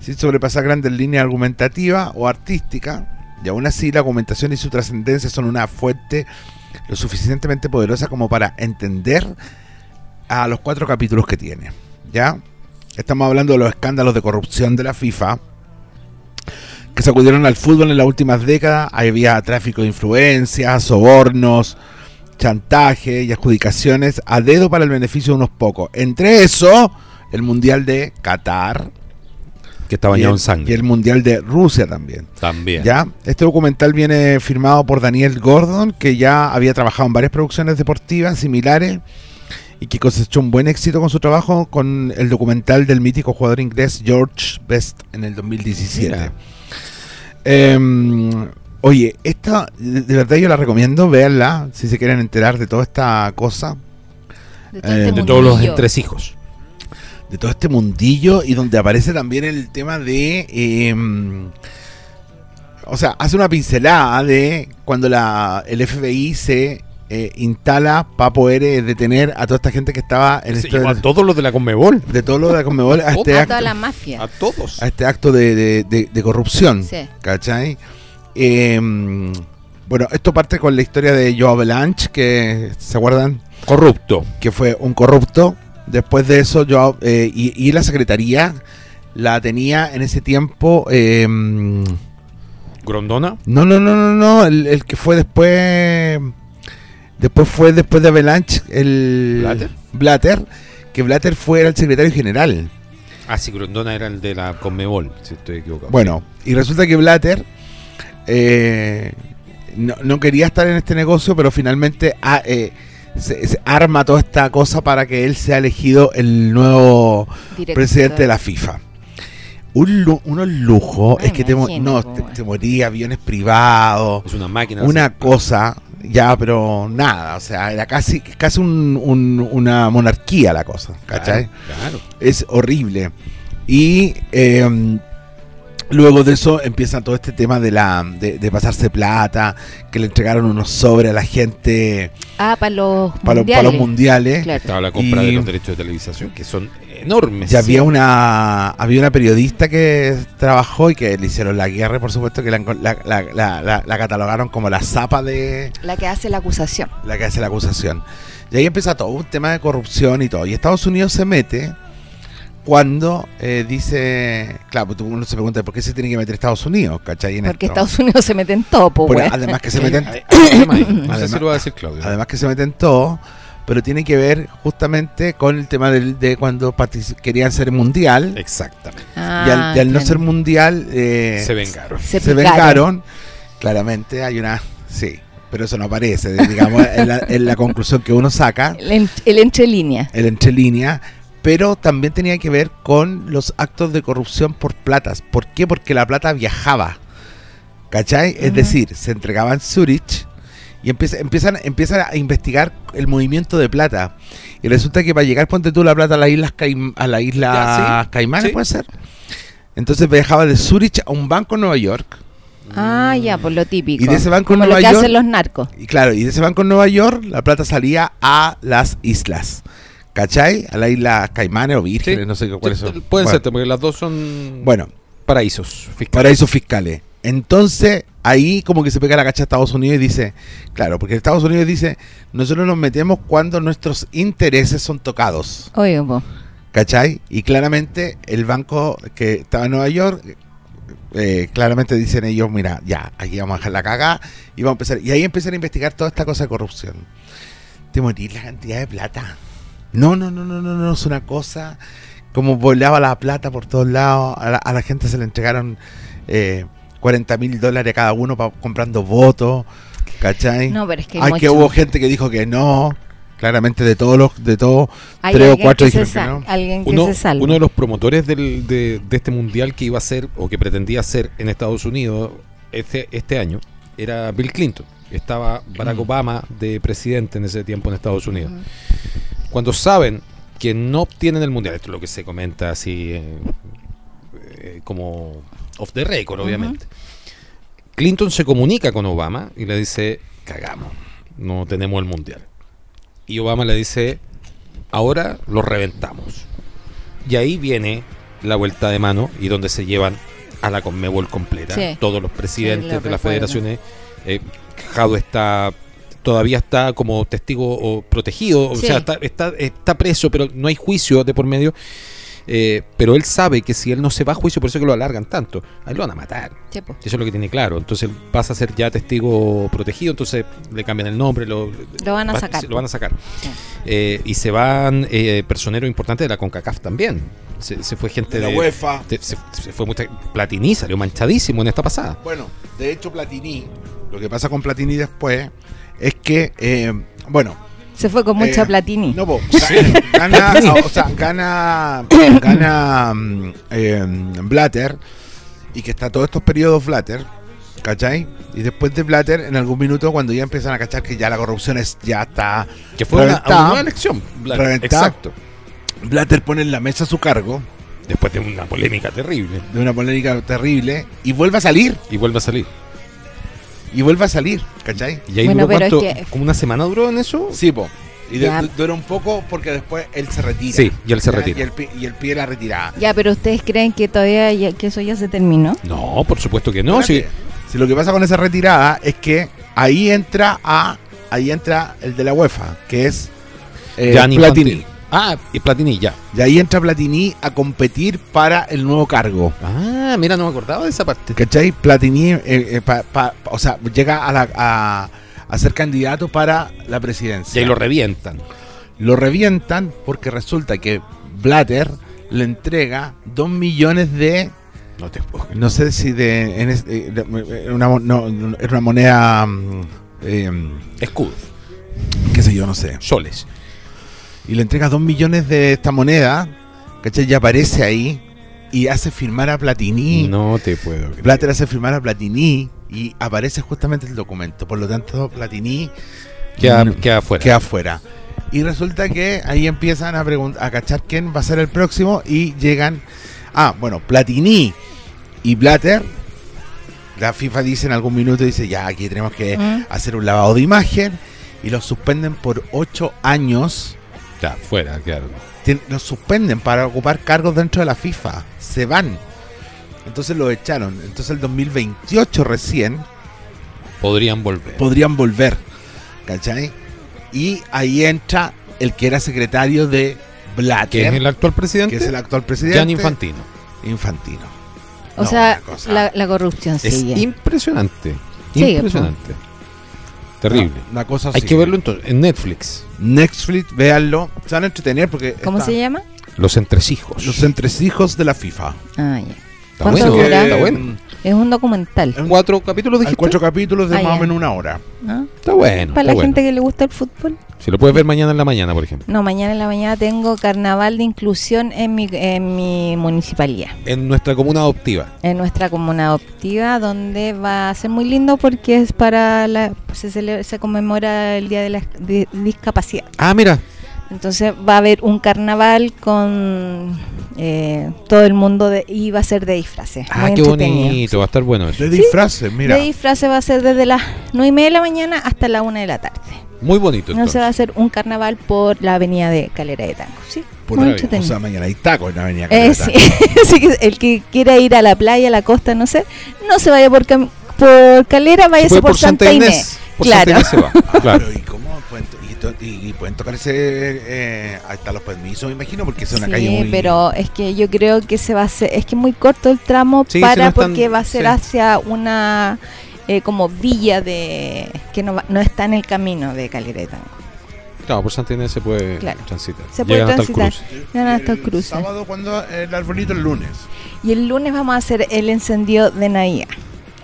Speaker 2: sin sobrepasar grandes líneas argumentativas o artísticas. Y aún así, la argumentación y su trascendencia son una fuente lo suficientemente poderosa como para entender a los cuatro capítulos que tiene. ¿Ya? Estamos hablando de los escándalos de corrupción de la FIFA que sacudieron al fútbol en las últimas décadas. Había tráfico de influencias, sobornos, chantaje y adjudicaciones a dedo para el beneficio de unos pocos. Entre eso, el Mundial de Qatar
Speaker 1: Que está
Speaker 2: y
Speaker 1: bañado en
Speaker 2: el,
Speaker 1: sangre.
Speaker 2: y el Mundial de Rusia también.
Speaker 1: También.
Speaker 2: ¿Ya? Este documental viene firmado por Daniel Gordon, que ya había trabajado en varias producciones deportivas similares y que cosechó un buen éxito con su trabajo con el documental del mítico jugador inglés George Best en el 2017.
Speaker 1: Mira.
Speaker 2: Em, oye, esta de de verdad yo la recomiendo, véanla si se quieren enterar de toda esta cosa,
Speaker 3: De, este
Speaker 2: Eh,
Speaker 1: De
Speaker 2: Un
Speaker 1: todos los
Speaker 3: mundillo.
Speaker 1: entresijos.
Speaker 2: de todo este mundillo y donde aparece también el tema de... em, o sea, hace una pincelada de cuando la, el FBI se eh, instala para poder eh, detener a toda esta gente que estaba en
Speaker 1: Sí,
Speaker 2: esto
Speaker 1: a
Speaker 2: de,
Speaker 1: todos los de la Conmebol.
Speaker 2: de todo lo de la Conmebol a este
Speaker 3: A toda
Speaker 2: acto,
Speaker 3: la
Speaker 1: A
Speaker 3: mafia.
Speaker 1: todos.
Speaker 2: a este acto de, de- de- de corrupción.
Speaker 3: Sí.
Speaker 2: ¿Cachai? Eh, bueno, esto parte con la historia de Joe Avalanche, que se acuerdan
Speaker 1: Corrupto.
Speaker 2: que fue un corrupto. Después de eso, yo eh, y, y la secretaría la tenía en ese tiempo. eh, no,
Speaker 1: Grondona.
Speaker 2: no, no, no, no. El, el que fue después. Después fue después de Avalanche, el.
Speaker 1: ¿Blatter?
Speaker 2: Blatter, que Blatter fue el secretario general.
Speaker 1: Ah, sí, Grondona era el de la Conmebol, si estoy equivocado.
Speaker 2: Bueno, y resulta que Blatter eh, no, no quería estar en este negocio, pero finalmente a- eh, se- se arma toda esta cosa para que él sea elegido el nuevo
Speaker 3: Director.
Speaker 2: presidente de la FIFA. Un lu- unos lujos,
Speaker 3: Me
Speaker 2: es que te, mo-
Speaker 3: imagino,
Speaker 2: no,
Speaker 3: po,
Speaker 2: te,
Speaker 3: weón.
Speaker 2: te morí, aviones privados,
Speaker 1: es una máquina.
Speaker 2: una
Speaker 1: así.
Speaker 2: cosa, ya, pero nada, o sea, era casi, casi un- un- una monarquía la cosa,
Speaker 1: Claro,
Speaker 2: ¿cachai?
Speaker 1: Claro.
Speaker 2: Es horrible. Y eh, luego de eso empieza todo este tema de, la, de, de pasarse plata, que le entregaron unos sobres a la gente
Speaker 3: Ah, para los
Speaker 2: para, los- para los mundiales.
Speaker 3: mundiales. Claro.
Speaker 1: Estaba la compra de
Speaker 2: Y-
Speaker 1: los derechos de televisación, que son enormes.
Speaker 2: Ya había una había una periodista que trabajó y que le hicieron la guerra, y por supuesto, que la, la- la- la- la- la catalogaron como la zapa de
Speaker 3: La que hace la acusación.
Speaker 2: la que hace la acusación. Y ahí empieza todo un tema de corrupción y todo. Y Estados Unidos se mete cuando eh, dice, claro, pues uno se pregunta por qué se tiene que meter Estados Unidos, ¿cachai? En
Speaker 3: Porque
Speaker 2: esto?
Speaker 3: Estados Unidos se mete en todo, po,
Speaker 2: Bueno,
Speaker 3: weón.
Speaker 2: además que se meten
Speaker 1: Hay- hay un tema ahí. No sé
Speaker 2: Además-
Speaker 1: si lo va a decir Claudio.
Speaker 2: Además que se meten todo, pero tiene que ver justamente con el tema del- de cuando partici- querían ser mundial.
Speaker 1: Exactamente.
Speaker 3: Ah,
Speaker 2: y al, y al no
Speaker 3: claro.
Speaker 2: ser mundial eh,
Speaker 1: Se vengaron.
Speaker 3: Se
Speaker 2: se
Speaker 3: picaron.
Speaker 2: vengaron. Claramente hay una sí, pero eso no aparece, digamos, en la, en la conclusión que uno saca,
Speaker 3: El, en- el entre líneas.
Speaker 2: el entre línea, pero también tenía que ver con los actos de corrupción por platas. ¿Por qué? Porque la plata viajaba. ¿Cachai? Es
Speaker 3: Ujú.
Speaker 2: decir, se entregaba en Zurich y empieza- empiezan, empiezan a investigar el movimiento de plata. Y resulta que para llegar, ponte tú la plata a las Islas, Caim- a las islas
Speaker 1: Ya, sí.
Speaker 2: Caimanes,
Speaker 1: Sí.
Speaker 2: puede ser. Entonces viajaba de Zurich a un banco en Nueva York.
Speaker 3: Ah, ya, por lo típico.
Speaker 2: Mm. Y de ese banco en
Speaker 3: Como lo
Speaker 2: Nueva
Speaker 3: que
Speaker 2: York.
Speaker 3: hacen los narcos.
Speaker 2: Y claro, y de ese banco en Nueva York, la plata salía a las islas. ¿Cachai? A las islas Caimanes o Vírgenes,
Speaker 1: Sí.
Speaker 2: no sé qué- cuáles son.
Speaker 1: Pueden
Speaker 2: Bueno,
Speaker 1: ser, porque las dos son
Speaker 2: Bueno,
Speaker 1: paraísos fiscales.
Speaker 2: paraísos fiscales. Entonces, ahí como que se pega la cacha a Estados Unidos y dice, claro, porque Estados Unidos dice, nosotros nos metemos cuando nuestros intereses son tocados.
Speaker 3: Oye, po.
Speaker 2: ¿Cachai? Y claramente el banco que estaba en Nueva York, eh, claramente dicen ellos, mira, ya, aquí vamos a dejar la cagada y vamos a empezar. Y ahí empiezan a investigar toda esta cosa de corrupción. Te morís la cantidad de plata. No, no, no, no, no, no, es una cosa. Como volaba la plata por todos lados, a la, a la gente se le entregaron eh, 40 mil dólares a cada uno pa- comprando votos, ¿cachai?
Speaker 3: No, pero es que hay
Speaker 2: Ay, que
Speaker 3: mucho.
Speaker 2: hubo gente que dijo que no, claramente de todos los, de todos,
Speaker 3: Hay
Speaker 2: tres o
Speaker 3: alguien
Speaker 2: cuatro
Speaker 3: que se
Speaker 2: dijeron que no.
Speaker 3: sal- Alguien que
Speaker 1: Uno,
Speaker 3: se salva.
Speaker 1: uno de los promotores del- de, de este mundial que iba a ser o que pretendía ser en Estados Unidos este, este año era Bill Clinton. Estaba
Speaker 3: Mm.
Speaker 1: Barack Obama de presidente en ese tiempo en Estados Unidos.
Speaker 3: Ujú.
Speaker 1: Cuando saben que no obtienen el mundial, esto es lo que se comenta así eh, eh, como off the record, obviamente. Clinton se comunica con Obama y le dice, cagamos, no tenemos el mundial. Y Obama le dice, ahora lo reventamos. Y ahí viene la vuelta de mano y donde se llevan a la Conmebol completa,
Speaker 3: Sí.
Speaker 1: todos los presidentes
Speaker 3: Sí, lo
Speaker 1: de las
Speaker 3: recuerdo.
Speaker 1: federaciones. Eh, Jado está todavía está como testigo o protegido, o
Speaker 3: Sí.
Speaker 1: sea, está, está, está preso, pero no hay juicio de por medio. Eh, pero él sabe que si él no se va a juicio, por eso que lo alargan tanto, a él lo van a matar.
Speaker 3: Sí, po.
Speaker 1: Eso es lo que tiene claro. Entonces pasa a ser ya testigo protegido, entonces le cambian el nombre, lo,
Speaker 3: Lo van a
Speaker 1: va-
Speaker 3: sacar.
Speaker 1: Lo van a sacar.
Speaker 3: Sí.
Speaker 1: Eh, y se van eh, personeros importantes de la CONCACAF también. Se, se fue gente de,
Speaker 2: UEFA.
Speaker 1: de- se, se fue mucha, Platini salió manchadísimo en esta pasada.
Speaker 2: Bueno, de hecho Platini, lo que pasa con Platini después es que, eh, bueno,
Speaker 3: Se fue con mucha
Speaker 2: eh,
Speaker 3: platini.
Speaker 2: no, po, gana, o sea, gana, gana mm, eh, Blatter y que está todos estos periodos Blatter, ¿cachai? Y después de Blatter, en algún minuto cuando ya empiezan a cachar que ya la corrupción es, ya está
Speaker 1: Que fue una,
Speaker 2: Reventada.
Speaker 1: una nueva elección. La-
Speaker 2: Reventada.
Speaker 1: Exacto.
Speaker 2: Blatter pone en la mesa su cargo
Speaker 1: Después de una polémica terrible.
Speaker 2: de una polémica terrible y vuelve a salir,
Speaker 1: Y vuelve a salir.
Speaker 2: y vuelve a salir, ¿cachai?
Speaker 1: Y ahí
Speaker 3: Bueno,
Speaker 1: duró
Speaker 3: pero
Speaker 1: cuánto,
Speaker 3: es que-
Speaker 1: como una semana duró en eso.
Speaker 2: Sí, po. Y de-
Speaker 3: Ya.
Speaker 2: du- dura un poco porque después él se retira.
Speaker 1: Sí, y él se
Speaker 2: Ya,
Speaker 1: retira.
Speaker 2: Y él, pi- y él pide la retirada.
Speaker 3: Ya, pero ustedes creen que todavía ya- que eso ya se terminó.
Speaker 1: No, por supuesto que no.
Speaker 2: Espérate.
Speaker 1: sí.
Speaker 2: Si lo que pasa con esa retirada es que ahí entra a ahí entra el de la UEFA, que es eh,
Speaker 1: Gianni
Speaker 2: Platini.
Speaker 1: Infantino. Ah, y Platini, ya.
Speaker 2: Y ahí entra Platini a competir para el nuevo cargo.
Speaker 1: Ah, mira, no me acordaba de esa parte.
Speaker 2: ¿Cachai? Platini, eh, eh, pa- pa- pa- o sea, llega a, la- a- a ser candidato para la
Speaker 1: Y
Speaker 2: presidencia.
Speaker 1: ahí lo revientan.
Speaker 2: Lo revientan porque resulta que Blatter le entrega dos millones de.
Speaker 1: No te puedo creer.
Speaker 2: No sé si de. En es- eh, de- eh, una, mo- no, no, era una moneda. mm, eh,
Speaker 1: Escudos,
Speaker 2: qué sé yo, no sé.
Speaker 1: soles.
Speaker 2: Y le entrega dos millones de esta moneda. ¿Cachai? Y aparece ahí. Y hace firmar a Platini.
Speaker 1: No te puedo creer.
Speaker 2: Blatter hace firmar a Platini. Y aparece justamente el documento. Por lo tanto, Platini
Speaker 1: Queda,
Speaker 2: No.
Speaker 1: queda afuera.
Speaker 2: queda afuera. Y resulta que ahí empiezan a preguntar, a cachar quién va a ser el próximo y llegan. Ah, bueno, Platini y Blatter. La FIFA dice en algún minuto, dice, ya aquí tenemos que
Speaker 3: Mm.
Speaker 2: hacer un lavado de imagen. Y los suspenden por ocho años.
Speaker 1: Está afuera, claro.
Speaker 2: Tien- los suspenden para ocupar cargos dentro de la FIFA. Se van. Entonces los echaron. Entonces el 2028 recién
Speaker 1: Podrían volver.
Speaker 2: podrían volver. ¿Cachai? Y ahí entra el que era secretario de
Speaker 1: que es
Speaker 2: Blatter,
Speaker 1: el actual
Speaker 2: que
Speaker 1: presidente.
Speaker 2: es el actual presidente.
Speaker 1: Gianni Infantino.
Speaker 2: Infantino.
Speaker 3: O
Speaker 2: No,
Speaker 3: sea,
Speaker 2: una cosa-
Speaker 3: la, la corrupción
Speaker 1: Es
Speaker 3: sigue.
Speaker 1: impresionante.
Speaker 3: Sigue,
Speaker 1: impresionante.
Speaker 3: pues.
Speaker 1: Terrible.
Speaker 2: Una cosa
Speaker 1: Hay
Speaker 2: así.
Speaker 1: que verlo entonces en Netflix.
Speaker 2: Netflix, véanlo. Se van a entretener porque.
Speaker 3: ¿Cómo
Speaker 2: está-
Speaker 3: se llama?
Speaker 1: Los entresijos.
Speaker 2: Los entresijos de la FIFA.
Speaker 3: Ah, ya.
Speaker 1: Está
Speaker 3: ¿Cuánto
Speaker 1: bueno, eh,
Speaker 2: Que,
Speaker 3: dura?
Speaker 1: está bueno.
Speaker 2: mm,
Speaker 3: Es un documental.
Speaker 2: Hay
Speaker 1: Cuatro capítulos dijiste.
Speaker 2: cuatro capítulos de
Speaker 3: Ah,
Speaker 2: más o
Speaker 3: ya.
Speaker 2: menos una hora.
Speaker 3: ¿ah?
Speaker 1: Está bueno.
Speaker 3: Para
Speaker 1: está
Speaker 3: la
Speaker 1: bueno.
Speaker 3: gente que le gusta el fútbol.
Speaker 1: Si lo puedes ver mañana en la mañana, por ejemplo.
Speaker 3: No, mañana en la mañana tengo carnaval de inclusión en mi, en mi municipalidad.
Speaker 1: En nuestra comuna adoptiva.
Speaker 3: en nuestra comuna adoptiva, donde va a ser muy lindo porque es para la se, cele- se conmemora el Día de la Di- Discapacidad.
Speaker 1: Ah, mira.
Speaker 3: Entonces va a haber un carnaval con eh, todo el mundo de, y va a ser de disfraces.
Speaker 1: Ah,
Speaker 3: muy
Speaker 1: qué
Speaker 3: entretenido.
Speaker 1: bonito. Va a estar bueno eso.
Speaker 2: De disfraces, mira.
Speaker 3: De disfraces va a ser desde las 9 y media de la mañana hasta la 1 de la tarde.
Speaker 1: Muy bonito.
Speaker 3: No se
Speaker 1: entonces.
Speaker 3: va a hacer un carnaval por la avenida de Calera de Tango. Sí,
Speaker 2: Por
Speaker 3: muy
Speaker 2: la- o
Speaker 3: entretenido.
Speaker 2: sea, mañana hay tacos en la avenida.
Speaker 3: Eh,
Speaker 2: Caleta.
Speaker 3: sí. Así que el que quiera ir a la playa, a la costa, no sé, no se vaya por, cam- por Calera,
Speaker 1: Se
Speaker 3: váyase
Speaker 1: puede
Speaker 3: por, Santa, Inés.
Speaker 1: Por
Speaker 3: claro.
Speaker 1: Santa Inés se va. Claro.
Speaker 2: Ah, Pero, ¿y cómo pueden, to- y, to- y- y pueden tocarse eh, hasta los permisos, me imagino? Porque es una calle
Speaker 3: Sí,
Speaker 2: muy...
Speaker 3: pero es que yo creo que se va a hacer, es que es muy corto el tramo
Speaker 1: Sí, si
Speaker 3: para
Speaker 1: no es tan-
Speaker 3: porque va a ser
Speaker 1: sí.
Speaker 3: hacia una eh, como villa de que no, va- no está en el camino de Calera de Tango.
Speaker 1: Claro, por Santa Inés se puede
Speaker 3: Claro.
Speaker 1: transitar.
Speaker 3: Se puede
Speaker 1: Llegan
Speaker 3: transitar.
Speaker 1: Hasta el cruce.
Speaker 3: No, no, hasta el
Speaker 2: El
Speaker 3: cruce.
Speaker 2: sábado cuando el arbolito el lunes.
Speaker 3: Y el lunes vamos a hacer el encendido de Navidad.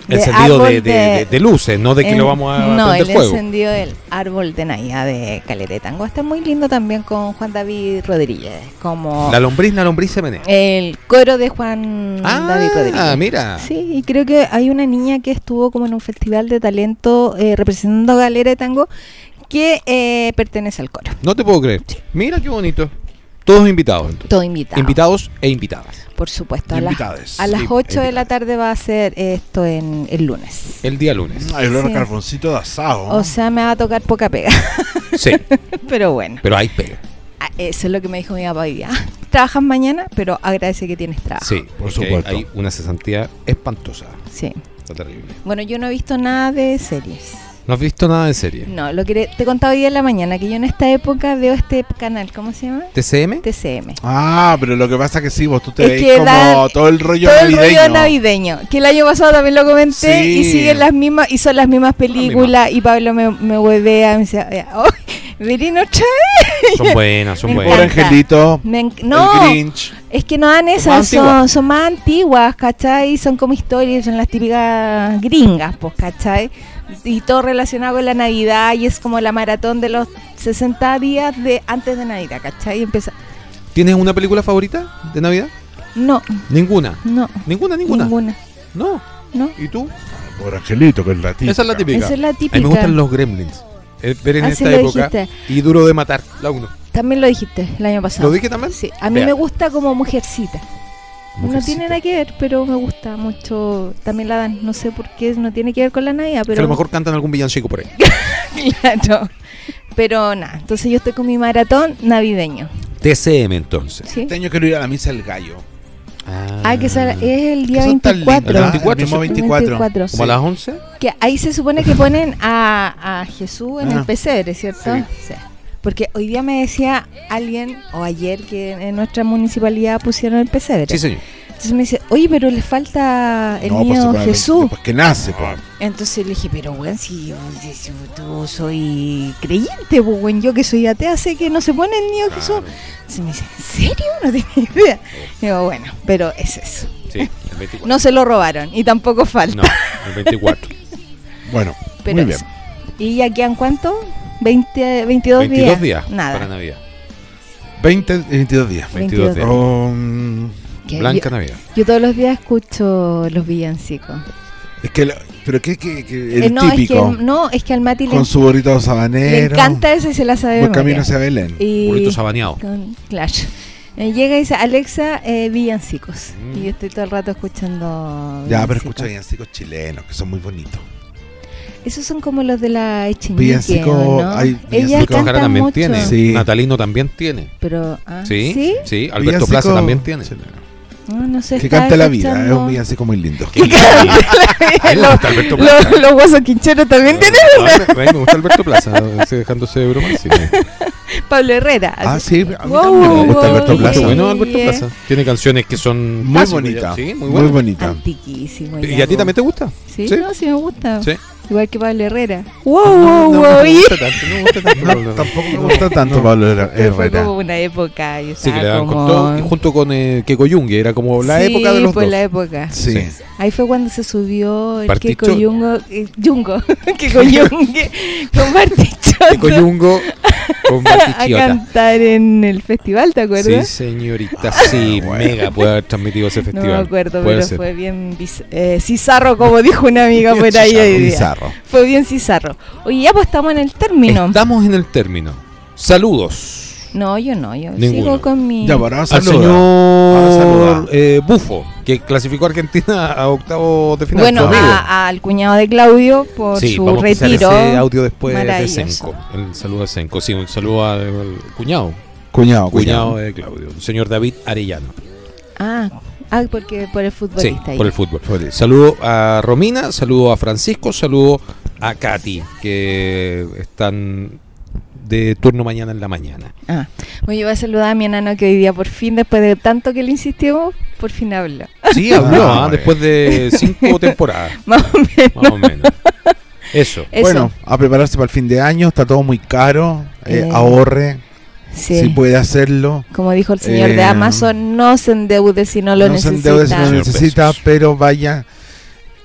Speaker 1: El
Speaker 3: De
Speaker 1: sentido de,
Speaker 3: árbol
Speaker 1: de, de- de luces, no de que
Speaker 3: El-
Speaker 1: lo vamos a
Speaker 3: No, el
Speaker 1: prender fuego.
Speaker 3: encendido del árbol de Navidad de Calera de Tango. Está muy lindo también con Juan David Rodríguez, como
Speaker 1: La lombriz, la lombriz se menea.
Speaker 3: el coro de Juan David Rodríguez.
Speaker 1: Ah, mira.
Speaker 3: Sí, y creo que hay una niña que estuvo como en un festival de talento eh, representando a Galera de Tango que eh, pertenece al coro.
Speaker 1: No te puedo creer. Mira qué bonito. Todos invitados. entonces.
Speaker 3: Todo invitado.
Speaker 1: Invitados e invitadas.
Speaker 3: Por supuesto. A las,
Speaker 2: Invitades.
Speaker 3: a las
Speaker 1: Sí,
Speaker 3: 8 de la
Speaker 1: invitadas.
Speaker 3: tarde va a ser esto en el lunes.
Speaker 1: El día lunes.
Speaker 2: Hay olor a
Speaker 3: Sí. Oh,
Speaker 2: carboncito Ah, de asado.
Speaker 1: Oh.
Speaker 3: O sea, me va a tocar poca pega.
Speaker 1: Sí,
Speaker 3: Pero bueno.
Speaker 1: pero hay pega.
Speaker 3: Ah, Eso es lo que me dijo mi papá hoy día. Ah, Trabajas mañana, pero agradece que tienes trabajo.
Speaker 1: Sí,
Speaker 2: Por
Speaker 1: por
Speaker 2: supuesto.
Speaker 1: supuesto. Hay una cesantía espantosa.
Speaker 3: Sí.
Speaker 1: Está terrible.
Speaker 3: Bueno, yo no he visto nada de series.
Speaker 1: No has visto nada de serie.
Speaker 3: No, lo que te he contado hoy día en la mañana, que yo en esta época veo este canal, ¿cómo se llama?
Speaker 1: ¿TCM?
Speaker 3: TCM.
Speaker 2: ah, pero lo que pasa es que sí, vos tú te
Speaker 3: Es
Speaker 2: veis
Speaker 3: que
Speaker 2: como
Speaker 3: da-
Speaker 2: todo el rollo
Speaker 3: Todo el
Speaker 2: navideño.
Speaker 3: rollo navideño, que el año pasado también lo comenté
Speaker 2: Sí.
Speaker 3: y siguen las mismas, y son las mismas películas, y Pablo me, me huevea, me dice, oh, Verino otra vez".
Speaker 1: Son buenas, son
Speaker 3: Me
Speaker 2: Pobre
Speaker 1: buenas.
Speaker 3: encanta.
Speaker 2: angelito.
Speaker 3: Me enc-
Speaker 2: El
Speaker 3: no,
Speaker 2: Grinch.
Speaker 3: es que no dan esas,
Speaker 1: más
Speaker 3: son,
Speaker 1: antiguas.
Speaker 3: son más antiguas, ¿cachai? Son como historias, son las típicas gringas, pues, ¿cachai? Y todo relacionado con la Navidad y es como la maratón de los 60 días de antes de Navidad, ¿cachai? Empieza...
Speaker 1: ¿Tienes una película favorita de Navidad?
Speaker 3: No,
Speaker 1: Ninguna.
Speaker 3: no,
Speaker 1: Ninguna, ninguna.
Speaker 3: ninguna,
Speaker 1: No.
Speaker 3: no.
Speaker 1: ¿Y tú?
Speaker 2: Pobre angelito, que es la típica.
Speaker 1: Esa es la típica.
Speaker 3: Esa es la típica.
Speaker 1: A mí me gustan los gremlins. Eh, Ver en
Speaker 3: Así
Speaker 1: esta
Speaker 3: Ah, lo
Speaker 1: época.
Speaker 3: dijiste.
Speaker 1: Y duro de matar. La uno.
Speaker 3: También lo dijiste el año pasado.
Speaker 1: ¿Lo dije también?
Speaker 3: Sí, a mí
Speaker 1: Vea.
Speaker 3: me gusta como mujercita. No
Speaker 1: Mujercita.
Speaker 3: tiene nada que ver, pero me gusta mucho. También la dan, no sé por qué, no tiene que ver con la Navidad,
Speaker 1: Que
Speaker 3: pero.
Speaker 1: a lo mejor cantan algún villancico por ahí.
Speaker 3: Claro. Pero nada, entonces yo estoy con mi maratón navideño.
Speaker 1: TCM entonces.
Speaker 3: ¿sí?
Speaker 2: Este año quiero ir a la misa del gallo.
Speaker 3: Ah, que esa- es el día
Speaker 2: Eso está lindo,
Speaker 3: 24.
Speaker 1: ¿verdad? El 24,
Speaker 2: mismo
Speaker 1: sí.
Speaker 2: 24.
Speaker 3: sí.
Speaker 1: ¿Como a las 11?
Speaker 3: Que ahí se supone que ponen a, a Jesús en
Speaker 2: Ah.
Speaker 3: el pesebre, ¿cierto?
Speaker 2: Sí.
Speaker 3: Sí. Porque hoy día me decía alguien, o ayer, que en nuestra municipalidad pusieron el pesebre.
Speaker 1: Sí, señor.
Speaker 3: Entonces me dice, oye, pero le falta el
Speaker 2: No, pues,
Speaker 3: niño
Speaker 2: se pone
Speaker 3: Jesús.
Speaker 2: 20, Pues que nace, pues.
Speaker 3: Entonces le dije, pero weón, si yo, si yo- tú soy creyente, pues weón, yo que soy atea sé que no se pone el niño Jesús. Entonces me dice, ¿en serio? No tenía idea.
Speaker 2: Oh.
Speaker 3: Digo, bueno, pero es eso.
Speaker 1: Sí, el 24.
Speaker 3: No se lo robaron y tampoco falta.
Speaker 1: No, el 24.
Speaker 2: Bueno,
Speaker 3: Pero
Speaker 2: muy bien.
Speaker 3: eso. ¿Y ya quedan cuánto? 20, 22,
Speaker 1: 22
Speaker 3: días.
Speaker 1: días para
Speaker 3: Nada.
Speaker 1: Navidad.
Speaker 2: 20, 22 días.
Speaker 1: 22 días.
Speaker 2: Um,
Speaker 3: Que
Speaker 1: Blanca
Speaker 3: yo,
Speaker 1: Navidad.
Speaker 3: yo todos los días escucho los villancicos.
Speaker 2: es que, lo- pero que, que, que el
Speaker 3: Eh, no,
Speaker 2: típico,
Speaker 3: Es que, no, es que al Mati le,
Speaker 2: con su burrito
Speaker 3: le
Speaker 2: sabanero.
Speaker 3: encanta eso y se la sabe. de
Speaker 2: Buen
Speaker 3: memoria.
Speaker 2: camino hacia Belén.
Speaker 3: Y-
Speaker 1: Burrito sabaneado.
Speaker 3: Con Clash. Eh, llega y dice, Alexa, eh, villancicos.
Speaker 1: Mm.
Speaker 3: Y yo estoy todo el rato escuchando.
Speaker 2: Ya, pero
Speaker 3: villancicos.
Speaker 2: escucha villancicos chilenos, que son muy bonitos.
Speaker 3: Esos son como los de la Echenique,
Speaker 2: Villancico-
Speaker 3: ¿o no?
Speaker 2: hay
Speaker 3: Ellas
Speaker 2: villancicos
Speaker 1: Lucho Jara
Speaker 3: cantan
Speaker 1: también
Speaker 3: mucho.
Speaker 1: tiene.
Speaker 2: Sí.
Speaker 1: Natalino también tiene.
Speaker 3: Pero, ah,
Speaker 1: Sí,
Speaker 3: ¿Sí?
Speaker 1: sí. Alberto
Speaker 2: Villancico
Speaker 1: Plaza también tiene.
Speaker 2: chileno.
Speaker 3: No, no sé.
Speaker 2: Que
Speaker 3: estaba
Speaker 2: canta la vida, es
Speaker 3: escuchando-
Speaker 2: un villancico muy lindo.
Speaker 1: ¿Qué? A mí me gusta Alberto Plaza.
Speaker 3: Los, los huesos quincheros también tienen
Speaker 1: A mí Ah, me gusta Alberto Plaza, sí, dejándose de bromas. Sí.
Speaker 3: Pablo Herrera.
Speaker 2: Ah, sí, a mí
Speaker 3: Wow,
Speaker 2: también me gusta
Speaker 3: wow,
Speaker 2: Alberto
Speaker 1: Alberto Plaza.
Speaker 2: Plaza.
Speaker 1: Bueno, Alberto Plaza. Tiene canciones que son
Speaker 2: Muy
Speaker 1: clásicos,
Speaker 2: bonita,
Speaker 1: ya. Sí, muy
Speaker 2: muy,
Speaker 1: buenas.
Speaker 2: bonita.
Speaker 3: Ah. Antiquísimo.
Speaker 1: ¿Y a ti también te gusta?
Speaker 3: Sí,
Speaker 1: Sí.
Speaker 3: no, sí me gusta.
Speaker 1: Sí.
Speaker 3: Igual que Pablo Herrera. ¡Wow, wow,
Speaker 1: No, no, no
Speaker 3: wow!
Speaker 1: me
Speaker 3: y-
Speaker 1: gusta tanto, no me gusta tanto.
Speaker 2: No, tampoco me gusta tanto Pablo
Speaker 3: Fue
Speaker 2: Herrera.
Speaker 3: como una época.
Speaker 1: Sí,
Speaker 3: yo
Speaker 1: que
Speaker 3: estaba
Speaker 1: le daban con
Speaker 3: Ah, como-
Speaker 1: todo. Y junto con eh, Keiko Yungue, era como la
Speaker 3: Sí,
Speaker 1: época de los
Speaker 3: fue
Speaker 1: dos.
Speaker 3: la época.
Speaker 2: Sí.
Speaker 3: Ahí fue cuando se subió el
Speaker 1: Bartichotto.
Speaker 3: Keiko Yungo, eh, Yungo, Keiko Yungue con
Speaker 1: Keiko
Speaker 3: Bartichotto
Speaker 1: Yungo con
Speaker 3: a
Speaker 1: Batichiota.
Speaker 3: cantar en el festival, ¿te
Speaker 1: Sí,
Speaker 3: acuerdas?
Speaker 1: señorita, sí,
Speaker 2: bueno.
Speaker 1: mega puede haber transmitido ese
Speaker 3: no
Speaker 1: festival.
Speaker 3: me acuerdo,
Speaker 1: Puede
Speaker 3: pero
Speaker 1: ser.
Speaker 3: fue bien biz- eh, cizarro, como dijo una amiga por pues, ahí. hoy día.
Speaker 2: Bizarro.
Speaker 3: Fue bien cizarro. Oye, ya pues estamos en el término.
Speaker 1: Estamos en el término. Saludos.
Speaker 3: No, yo no, yo
Speaker 1: Ninguno.
Speaker 3: sigo con mi...
Speaker 2: Ya, bueno, ahora
Speaker 1: al
Speaker 2: saluda. Ahora saluda.
Speaker 1: señor eh, Bufo, que clasificó a Argentina a octavos de final.
Speaker 3: bueno,
Speaker 1: tu amigo.
Speaker 3: a- al cuñado de Claudio por
Speaker 1: sí,
Speaker 3: su
Speaker 1: vamos a escuchar
Speaker 3: retiro.
Speaker 1: ese audio después de
Speaker 3: Maravilloso.
Speaker 1: Senco. El saludo a Senco. Sí, un saludo al, al cuñado. Cuñado
Speaker 2: Cuñado, cuñado.
Speaker 1: de Claudio, el señor David Arellano.
Speaker 3: Ah, ah, porque por el
Speaker 1: Sí,
Speaker 3: futbolista.
Speaker 1: por
Speaker 3: ya.
Speaker 1: el fútbol.
Speaker 2: Por eso.
Speaker 1: Saludo a Romina, saludo a Francisco, saludo a Katy, que están de turno mañana en la mañana.
Speaker 3: Ah, bueno, yo voy a saludar a mi enano que hoy día por fin, después de tanto que le insistimos, por fin habló.
Speaker 1: Sí,
Speaker 2: habló.
Speaker 1: ah, después de cinco temporadas,
Speaker 3: Más o menos.
Speaker 1: más o menos. Eso.
Speaker 3: Eso.
Speaker 2: Bueno, a prepararse para el fin de año, está todo muy caro, eh,
Speaker 3: Eh,
Speaker 2: ahorre,
Speaker 3: sí.
Speaker 2: si puede hacerlo.
Speaker 3: Como dijo el señor
Speaker 2: Eh,
Speaker 3: de Amazon, no se endeude si no lo
Speaker 2: no se
Speaker 3: necesita.
Speaker 2: endeude si no lo
Speaker 1: Señor
Speaker 2: necesita,
Speaker 1: Bezos.
Speaker 2: pero vaya.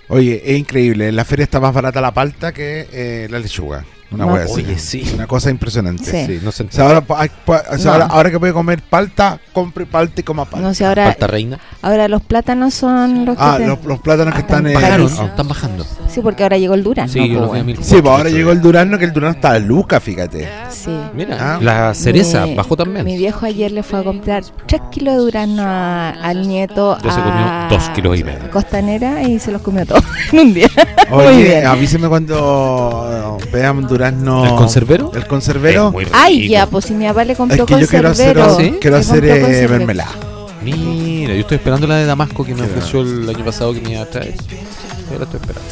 Speaker 2: Oye, es increíble, en la feria está más barata la palta que eh, la lechuga. Una
Speaker 3: Más-
Speaker 2: hueá así.
Speaker 1: Oye, sí.
Speaker 2: Una cosa impresionante.
Speaker 3: Sí.
Speaker 1: Sí, no se
Speaker 2: O sea, ahora, pa- ay, pa- o sea,
Speaker 3: No.
Speaker 2: ahora, ahora que puede comer palta, compre palta y coma palta.
Speaker 3: No sé, ahora,
Speaker 1: Falta reina.
Speaker 3: ahora los plátanos son los
Speaker 2: ah,
Speaker 3: que... te-
Speaker 2: los, los plátanos que están...
Speaker 3: Ah, están
Speaker 2: eh,
Speaker 1: Bajaron,
Speaker 3: carísimo.
Speaker 1: ¿no? están bajando.
Speaker 3: Sí, porque ahora llegó el Durán.
Speaker 1: Sí,
Speaker 3: ¿no?
Speaker 1: yo
Speaker 3: Pues,
Speaker 1: los vi a
Speaker 3: bueno.
Speaker 1: 1400.
Speaker 2: Sí, pues ahora llegó el durazno, que el durazno está a Luca, fíjate.
Speaker 3: Sí.
Speaker 1: Mira,
Speaker 2: Ah.
Speaker 1: la cereza
Speaker 3: Mi-
Speaker 1: bajó también.
Speaker 3: Mi viejo ayer le fue a comprar 3 kilos de durazno a- al nieto.
Speaker 1: Yo se comió
Speaker 3: a-
Speaker 1: dos kilos y medio.
Speaker 3: Costanera y se los comió todos en un día. Muy
Speaker 2: Oye,
Speaker 3: bien.
Speaker 2: avíseme cuando vean durazno...
Speaker 1: ¿El conservero?
Speaker 2: El conservero.
Speaker 1: Es muy rico.
Speaker 3: Ay, ya, pues si mi papá le
Speaker 2: Es
Speaker 3: compró
Speaker 2: que yo quiero hacer,
Speaker 3: conservero.
Speaker 1: ¿Sí?
Speaker 2: quiero
Speaker 3: Le
Speaker 2: hacer
Speaker 3: compró
Speaker 2: eh,
Speaker 3: conservero.
Speaker 2: mermelada.
Speaker 1: Mira, yo estoy esperando la de Damasco que me
Speaker 2: Qué
Speaker 1: ofreció el año pasado que me iba a traer. Yo la estoy esperando.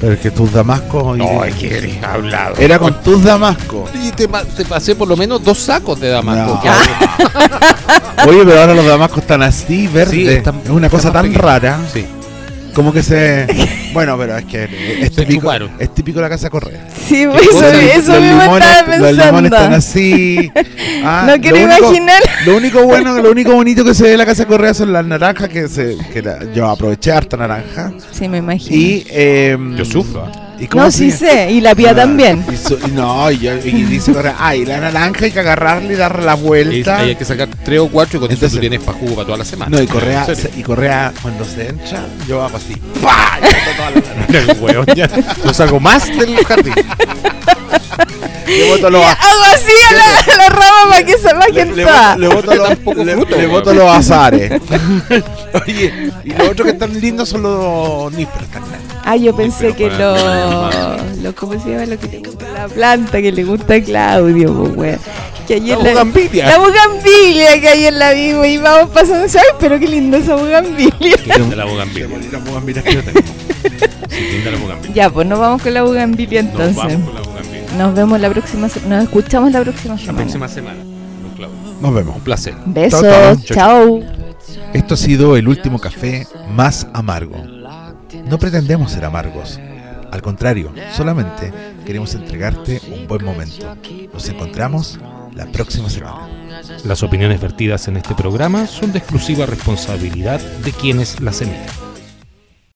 Speaker 2: Pero es que tus damascos hoy día-
Speaker 1: que eres hablado.
Speaker 2: Era con tus damascos.
Speaker 1: Y te, pa- te pasé por lo menos dos sacos de Damasco.
Speaker 2: No.
Speaker 1: que había.
Speaker 2: Oye, pero ahora los damascos están así, verdes.
Speaker 1: Sí, están-
Speaker 2: es una cosa
Speaker 1: están más
Speaker 2: tan
Speaker 1: pequeños.
Speaker 2: rara.
Speaker 1: Sí.
Speaker 2: Como que se. Bueno, pero es que es
Speaker 1: Se
Speaker 2: típico,
Speaker 1: chuparon.
Speaker 2: es típico la casa correa.
Speaker 3: Sí, pues, eso,
Speaker 1: cosa?
Speaker 3: eso
Speaker 2: los,
Speaker 3: mismo
Speaker 2: limones,
Speaker 3: estaba
Speaker 2: los limones están
Speaker 3: pensando.
Speaker 2: así. Ah,
Speaker 3: No
Speaker 2: lo
Speaker 3: quiero
Speaker 2: único-
Speaker 3: imaginar.
Speaker 2: Lo único bueno, lo único bonito que se ve en la casa correa son las naranjas que se. Que la- yo aproveché harta naranja.
Speaker 3: Sí, me imagino.
Speaker 2: Y. eh,
Speaker 1: Yo sufro.
Speaker 2: ¿y cómo
Speaker 3: no,
Speaker 2: se-
Speaker 3: sí sé. Y la pía
Speaker 2: Ah,
Speaker 3: también.
Speaker 2: y su- y no, y, yo- y dice correa, ay, la naranja hay que agarrarle y darle la
Speaker 1: Y
Speaker 2: vuelta.
Speaker 1: Hay que sacar tres o cuatro y con eso
Speaker 2: Entonces-
Speaker 1: tú tienes para jugo para toda la semana.
Speaker 2: No, y Correa,
Speaker 1: En serio.
Speaker 2: se- y Correa cuando se entra, yo hago así. ¡Pah! Y boto toda la lana.
Speaker 1: Mira el hueón, ya. No saco más del jardín.
Speaker 2: Le voto
Speaker 3: Y
Speaker 2: los a-
Speaker 3: hago así a la, a la rama para que se bajen
Speaker 2: le- le
Speaker 3: todas.
Speaker 2: voto- le voto
Speaker 1: Tampoco
Speaker 2: los- le-
Speaker 1: fruto,
Speaker 2: le
Speaker 1: weón.
Speaker 2: voto los azares. Oye, y los otros que están lindos son los nísperos.
Speaker 3: Ah, yo pensé
Speaker 1: pero
Speaker 3: que
Speaker 1: para-
Speaker 3: lo, lo. ¿Cómo se llama lo que le gusta? La planta que le gusta a Claudio, pues, weón. Que ayer
Speaker 1: La bugambilia.
Speaker 3: La bugambilia que ayer la vimos y vamos pasando. ¡Ay, pero qué linda esa bugambilia!
Speaker 5: Qué linda la bogambilia. Sí, linda la bogambilia.
Speaker 3: Ya, pues nos vamos con la bugambilia
Speaker 5: Nos
Speaker 3: entonces. eh.
Speaker 5: vamos con la bogambilia.
Speaker 3: Nos vemos la próxima se- Nos escuchamos la próxima
Speaker 1: La
Speaker 3: semana.
Speaker 1: próxima semana. Don Claudio.
Speaker 2: Nos vemos.
Speaker 1: Un placer.
Speaker 3: Besos.
Speaker 1: chao.
Speaker 2: Chao,
Speaker 3: chao.
Speaker 2: Esto ha sido el último café más amargo. No pretendemos ser amargos. Al contrario, solamente queremos entregarte un buen momento. Nos encontramos la próxima semana.
Speaker 1: Las opiniones vertidas en este programa son de exclusiva responsabilidad de quienes las emiten.